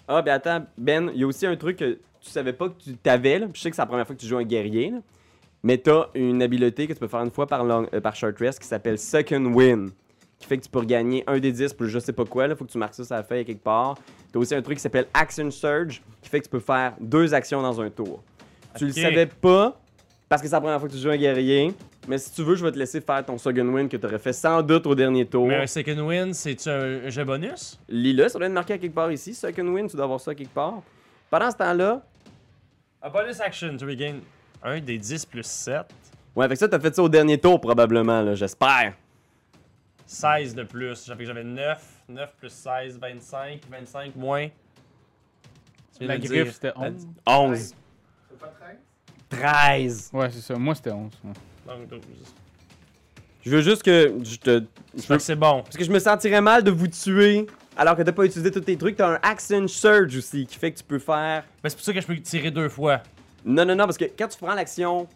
Ah, ben attends, Ben, il y a aussi un truc que tu savais pas que tu t'avais. là. Je sais que c'est la première fois que tu joues un guerrier. là. Mais t'as une habileté que tu peux faire une fois par, long- euh, par short rest qui s'appelle Second Win. Qui fait que tu peux gagner un des 10 plus je sais pas quoi. Il faut que tu marques ça sur la feuille quelque part. T'as aussi un truc qui s'appelle Action Surge qui fait que tu peux faire deux actions dans un tour. Tu le Ok. savais pas parce que c'est la première fois que tu joues un guerrier. Mais si tu veux, je vais te laisser faire ton second win que tu aurais fait sans doute au dernier tour. Mais un second win, c'est-tu un, un jeu bonus? Lis-le, ça doit être marqué à quelque part ici. Second win, tu dois avoir ça quelque part. Pendant ce temps-là, Un bonus action, tu regain un des 10 plus 7. ouais, avec ça, t'as fait ça au dernier tour probablement, là, j'espère. 16 de plus. Ça fait que j'avais 9. 9 plus 16, 25. 25 moins. Tu viens La de le griffe, dire. c'était La- 11. 11. pas 13? 13. Ouais, c'est ça. Moi, c'était 11. ouais. Donc 12. Je veux juste que je te. je Fait veux- que c'est bon. Parce que je me sentirais mal de vous tuer alors que t'as pas utilisé tous tes trucs. T'as un action surge aussi qui fait que tu peux faire. Mais c'est pour ça que je peux tirer deux fois. Non, non, non, parce que quand tu prends l'action.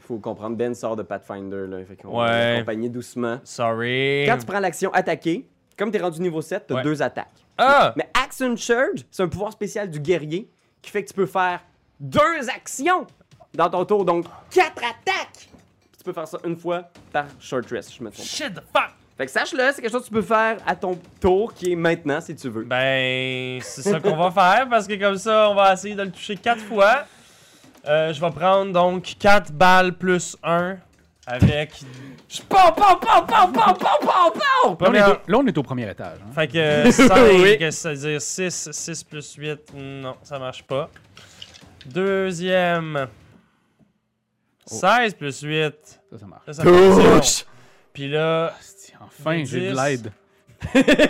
Faut comprendre, Ben sort de Pathfinder, là. Fait qu'on va Ouais. l'accompagner doucement. Sorry. Quand tu prends l'action attaquer, comme t'es rendu niveau 7, t'as Ouais. deux attaques. Ah! Mais Action Surge, c'est un pouvoir spécial du guerrier qui fait que tu peux faire deux actions dans ton tour, donc quatre attaques. Puis tu peux faire ça une fois par short rest, si je me trompe. Shit the fuck! Fait que sache-le, c'est quelque chose que tu peux faire à ton tour qui est maintenant si tu veux. Ben, c'est ça qu'on va faire parce que comme ça, on va essayer de le toucher 4 fois. Euh, je vais prendre donc 4 balles plus 1 avec. Pom, pom, pom, pom, pom, pom, pom, pom! Là, on est Première- au- là, on est au premier étage. hein. Fait que 5, Oui. ça veut dire 6, 6 plus 8, non, ça marche pas. Deuxième. Oh. 16 plus 8. Ça, ça marche. Là, ça fonctionne. Puis là, Asti, Enfin, j'ai de 10. l'aide.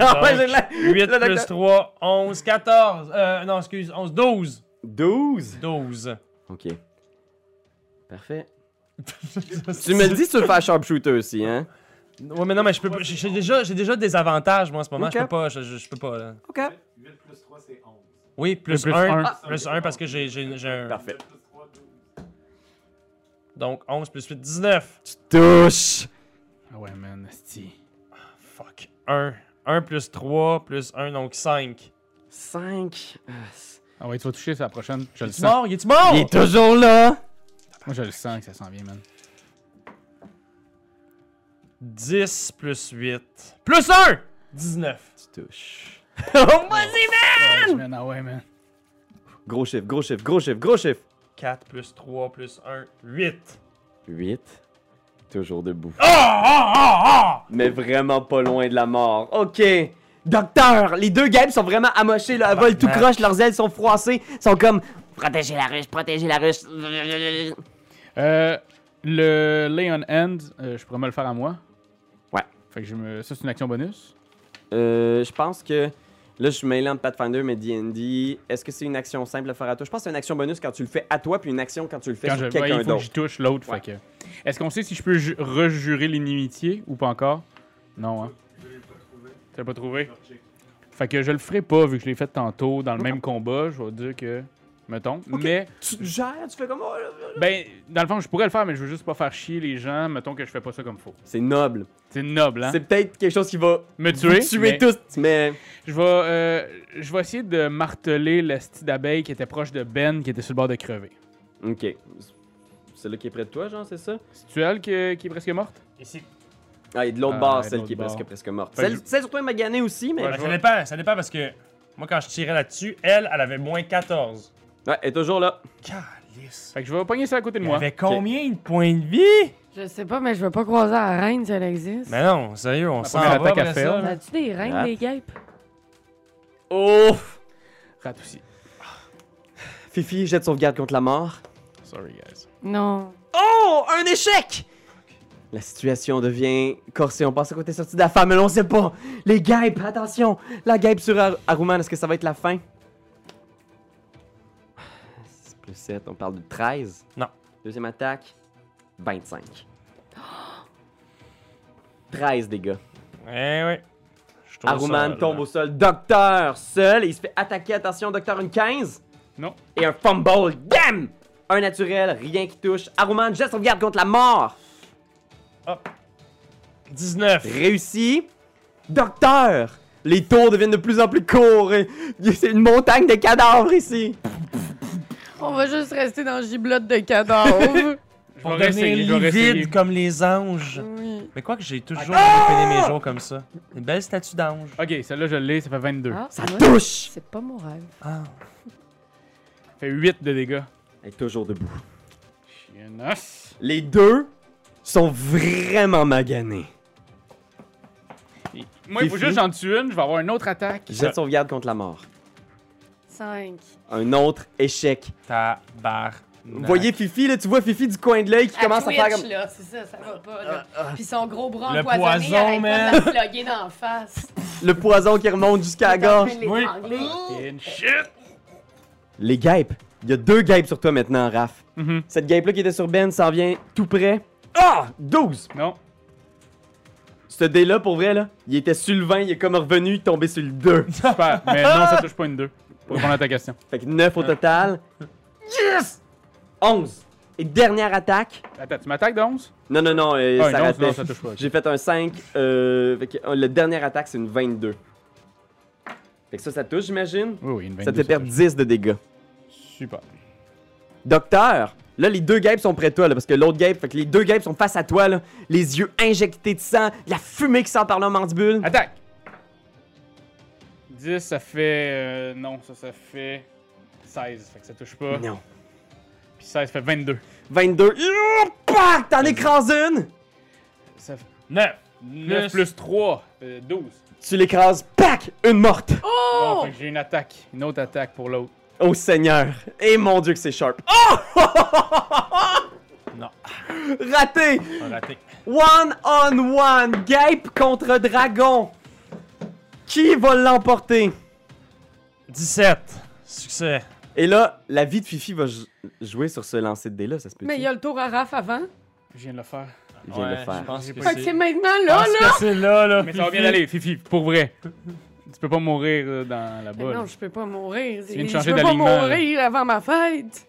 Ah Ouais, j'ai la- le 8 plus docteur- 3, 11, 14. Euh, non, excuse, 11, 12. 12! 12. Ok. Parfait. Tu me le dis si tu veux faire Sharpshooter aussi, hein? Ouais, mais non, mais je peux pas. J'ai j'ai déjà, j'ai déjà des avantages, moi, en ce moment. Je Ok. peux pas. Je, je- je peux pas, là. Ok. 8 plus 3, c'est 11. Oui, plus Le plus 1. un. Plus 1 parce que j'ai j'ai- j'ai un. Parfait. Plus 3, 12. Donc 11 plus 8, 19. Tu touches! Ah ouais, man, asti. Fuck. 1. 1 plus 3 plus 1, donc 5. 5. Ah ouais, tu vas toucher sur la prochaine. Je le Es-tu sens. mort? Es-tu mort? Il est toujours là! Moi, je le sens que ça s'en vient, man. 10 plus 8. Plus 1! 19. Tu touches. Vas-y, man! Ah ouais, man. Gros chiffre, gros chiffre, gros chiffre, gros chiffre. 4 plus 3 plus 1, 8. 8. Toujours debout. Ah! Ah! Ah! ah! Mais vraiment pas loin de la mort. OK. Docteur, les deux guêpes sont vraiment amochés. Là. Elles volent tout Tabarnak. croche, leurs ailes sont froissées. sont comme... Protégez la ruche, protégez la ruche. Euh, le Lay on End, euh, je pourrais me le faire à moi. Ouais. Fait que je me. Ça, c'est une action bonus. Euh, je pense que... Là, je suis mêlant de Pathfinder, mais D&D... Est-ce que c'est une action simple à faire à toi? Je pense que c'est une action bonus quand tu le fais à toi, puis une action quand tu le fais Quand sur je. ouais, quelqu'un il faut que d'autre. j'y touche l'autre. Ouais. Fait que. Est-ce qu'on sait si je peux ju- rejurer l'inimitié ou pas encore? Non, hein. Tu l'as pas trouvé? Fait que je le ferai pas vu que je l'ai fait tantôt dans le même combat. Je vais dire que. Mettons. Mais. Tu gères, tu fais comme... oh, là, là. Ben, dans le fond, je pourrais le faire, mais je veux juste pas faire chier les gens. Mettons que je fais pas ça comme faut. C'est noble. C'est noble, hein? C'est peut-être quelque chose qui va... Me tuer. vous tuer mais tous, mais... Je vais, euh, je vais essayer de marteler le style d'abeille qui était proche de Ben, qui était sur le bord de crever. OK. C'est là qui est près de toi, genre, c'est ça? C'est-tu elle qui, qui est presque morte? Ici. Ah, et de l'autre Ah, bord, et de celle l'autre qui est presque, bord. presque morte. Fait que Celle, je- celle sur toi est maganée aussi, mais. Ouais, Ben, je ça vois. dépend, ça dépend parce que moi, quand je tirais là-dessus, elle, elle avait moins 14. Ouais, elle est toujours là. Calice. Fait que je vais pogner ça à côté de Il moi. avait combien de points de vie? Je sais pas, mais je veux pas croiser la reine si elle existe. Mais non, sérieux, on s'en va première attaque à après faire. ça. là. As-tu des reines, Ah. des guêpes? Ouf! Rate aussi. Fifi, jette sauvegarde contre la mort. Sorry, guys. Non. Oh! Un échec! La situation devient corsée. On pense à côté sorti de la femme, mais on sait pas. Les guêpes, attention! La guêpe sur Ar- Aruman, est-ce que ça va être la fin? 6 plus 7, on parle de 13. Non. Deuxième attaque, 25. 13 dégâts. Eh oui. Je trouve ça, Aruman là. Ah, tombe au sol. Docteur seul. Et il se fait attaquer. Attention, Docteur, une 15. Non. Et un fumble. Damn! Un naturel, rien qui touche. Aruman, jette sauvegarde contre la mort. 19. Réussi. Docteur! Les tours deviennent de plus en plus courts. et- C'est une montagne de cadavres ici. On va juste rester dans le giblotte de cadavres. Je Pour vais essayer, je devenir vais essayer. livide comme les anges. Oui. Mais quoi que j'ai toujours Ah! fini mes jours comme ça. Une belle statue d'ange. Ok, celle-là, je l'ai, ça fait 22. ça touche! Ah, C'est pas mon rêve. Ah. Ça fait 8 de dégâts. Elle est toujours debout. Chienasse. Les deux sont vraiment maganés. Moi, il C'est faut fini. juste j'en tue une, je vais avoir une autre attaque. Jet de sauvegarde contre la mort. 5. Un autre échec. Tabarnak. Vous voyez Fifi, là, tu vois Fifi du coin de l'œil qui commence à faire comme... là, c'est ça, ça va pas, là. Puis son gros bras Le empoisonné, poison, arrête man. pas de la floguer d'en face. Le poison qui remonte jusqu'à la T'es en train gorge. de l'étrangler. Une shit! Les guêpes. Il y a deux guêpes sur toi maintenant, Raph. Mhm. Cette guêpe-là qui était sur Ben s'en vient tout près. Ah! 12! Non. Ce dé-là, pour vrai, là, il était sur le 20, il est comme revenu, il est tombé sur le 2. Super. Mais non, ça touche pas une 2. Pour répondre à ta question. Fait que 9 au total. Yes! 11! Et dernière attaque. Attends, tu m'attaques de 11? Non, non, non, euh, Ah, ça une 11, ratait. non, ça touche pas. J'ai fait un 5. Euh, fait que, euh, la dernière attaque, c'est une 22. Fait que ça, ça touche, j'imagine. Oui, oui, une 22. Ça te fait perdre touche. 10 de dégâts. Super. Docteur, là, les deux guêpes sont près de toi, là, parce que l'autre guêpe, fait que les deux guêpes sont face à toi, là, les yeux injectés de sang, la fumée qui sort par leur mandibule. Attaque! 10, ça fait. euh, non, ça, ça fait. 16. Fait que ça touche pas. Non. Puis 16, ça fait 22. 22. Youp, pac, T'en écrases une! Ça fait 9. 9 plus 3, 12. Tu l'écrases, pac, une morte. Bon, fait que j'ai une attaque. Une autre attaque pour l'autre. Oh Seigneur. Et mon Dieu que c'est sharp. Oh! Non. Raté! On a raté. One on one, Gape contre Dragon. Qui va l'emporter? 17. Succès. Et là, la vie de Fifi va jou- jouer sur ce lancer de dés-là, ça se peut. Mais il y a le tour à Raph avant. Je viens de le faire. Il vient de le faire. Je pense Fait que que c'est c'est maintenant, Je là, pense là. que c'est là, là. Mais ça va bien aller, Fifi, pour vrai. Tu peux pas mourir euh, dans la Mais bolle. Ben non, je peux pas mourir. viens de Je changer peux pas d'alignement, là. mourir avant ma fête.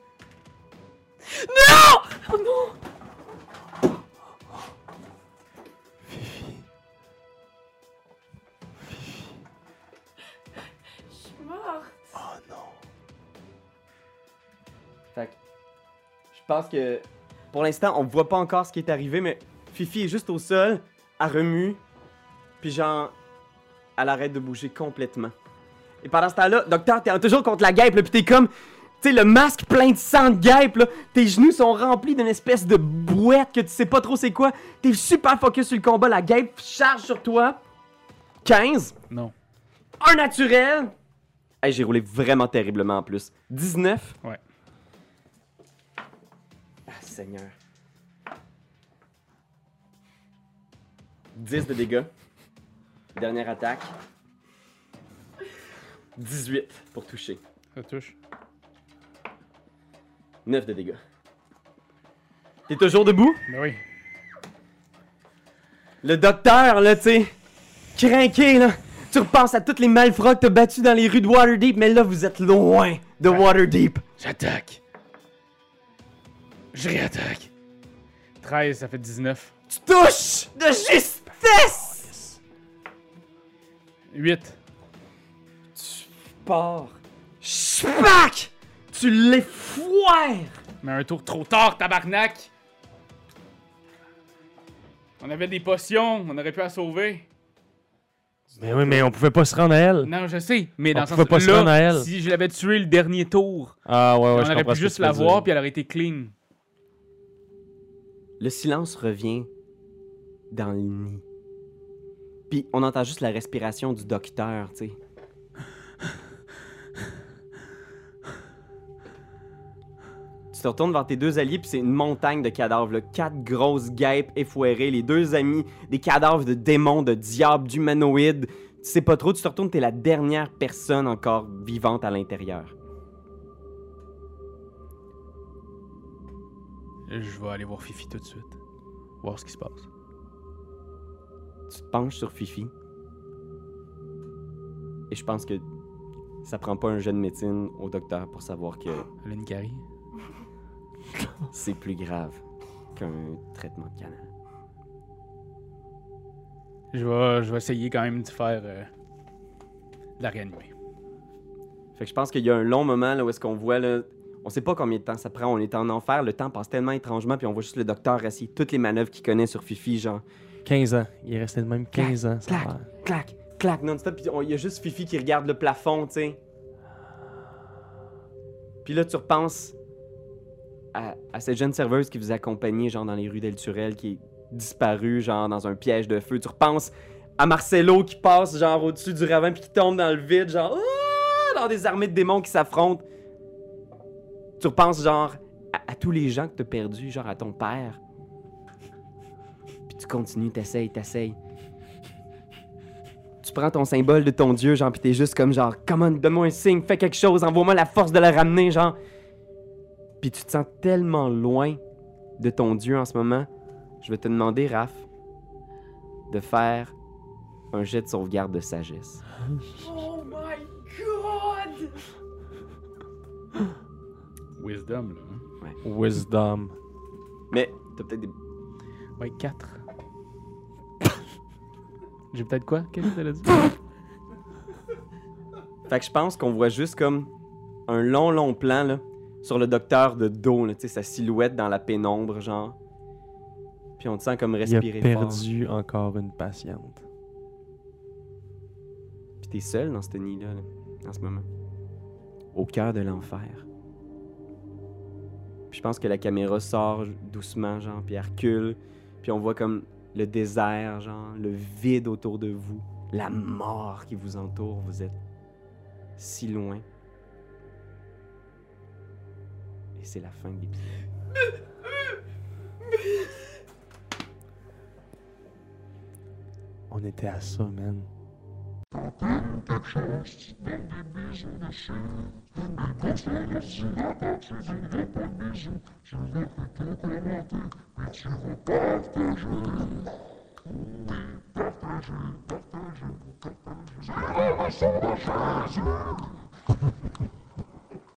Fait que, je pense que pour l'instant, on voit pas encore ce qui est arrivé, mais Fifi est juste au sol, elle remue, puis genre, elle arrête de bouger complètement. Et pendant ce temps-là, docteur, t'es toujours contre la guêpe, là, puis t'es comme, tu sais, le masque plein de sang de guêpe, là, tes genoux sont remplis d'une espèce de bouette que tu sais pas trop c'est quoi. T'es super focus sur le combat, la guêpe charge sur toi. 15. Non. Un naturel. Hey, j'ai roulé vraiment terriblement en plus. 19. Ouais. Ah, Seigneur. 10 de dégâts. Dernière attaque. 18 pour toucher. Ça touche. 9 de dégâts. T'es toujours debout? Ben oui. Le docteur, là, tu sais, craqué, là. Tu repenses à toutes les malfrats que t'as battus dans les rues de Waterdeep, mais là, vous êtes loin de Waterdeep. J'attaque. Je réattaque. 13, ça fait 19. Tu touches de justesse! 8. Pars. Spac! Tu les foires! Mais un tour trop tard, tabarnak! On avait des potions, on aurait pu la sauver. Mais oui, mais on pouvait pas se rendre à elle. Non, je sais, mais On dans le sens pouvait Ah, pas se là, rendre à elle. si je l'avais tué le dernier tour, Ah ouais, ouais, je on aurait comprends pu ce que juste tu veux la dire. voir puis elle aurait été clean. Le silence revient dans le nid. Puis on entend juste la respiration du docteur, tu sais. Tu te retournes vers tes deux alliés, puis c'est une montagne de cadavres, là. Quatre grosses guêpes effoirées, les deux amis, des cadavres de démons, de diables, d'humanoïdes. Tu sais pas trop, tu te retournes, t'es la dernière personne encore vivante à l'intérieur. Je vais aller voir Fifi tout de suite. Voir ce qui se passe. tu te penches sur Fifi. Et je pense que ça prend pas un jeu de médecine au docteur pour savoir que Elle a une carie. c'est plus grave qu'un traitement de canal. Je vais, je vais essayer quand même de faire. euh, de la réanimer. Fait que je pense qu'il y a un long moment là où est-ce qu'on voit là, On sait pas combien de temps ça prend. On est en enfer. Le temps passe tellement étrangement. Puis on voit juste le docteur assis. Toutes les manœuvres qu'il connaît sur Fifi, genre 15 ans. Il est resté de même 15 ans. ça clac. a l'air. clac, clac, non-stop. Puis on- il y a juste Fifi qui regarde le plafond, tu sais. Puis là, tu repenses à, à cette jeune serveuse qui vous accompagnait, genre, dans les rues d'El Turel, qui est disparue, genre, dans un piège de feu. Tu repenses à Marcelo qui passe, genre, au-dessus du ravin, puis qui tombe dans le vide, genre, Ah! dans des armées de démons qui s'affrontent. Tu repenses, genre, à, à tous les gens que t'as perdus, genre, à ton père. Puis tu continues, t'essayes, t'essayes tu prends ton symbole de ton dieu, genre, pis t'es juste comme genre, comment, donne-moi un signe, fais quelque chose, envoie-moi la force de le ramener, genre. Puis tu te sens tellement loin de ton dieu en ce moment, je vais te demander, Raph, de faire un jet de sauvegarde de sagesse. Oh my god! Wisdom, là. hein. Wisdom. Mais t'as peut-être des. Ouais, 4. J'ai peut-être quoi Qu'est-ce que t'as dit Fait que je pense qu'on voit juste comme un long, long plan, là, sur le docteur de dos, là, tu sais, sa silhouette dans la pénombre, genre. Puis on te sent comme Il a respirer fort. perdu encore une patiente. Puis t'es seul dans ce nid-là, là, en ce moment. Au cœur de l'enfer. Puis je pense que la caméra sort doucement, genre, puis elle recule. Puis on voit comme le désert, genre, le vide autour de vous. La mort qui vous entoure. Vous êtes si loin. Et c'est la fin de l'épisode. On était à ça, man.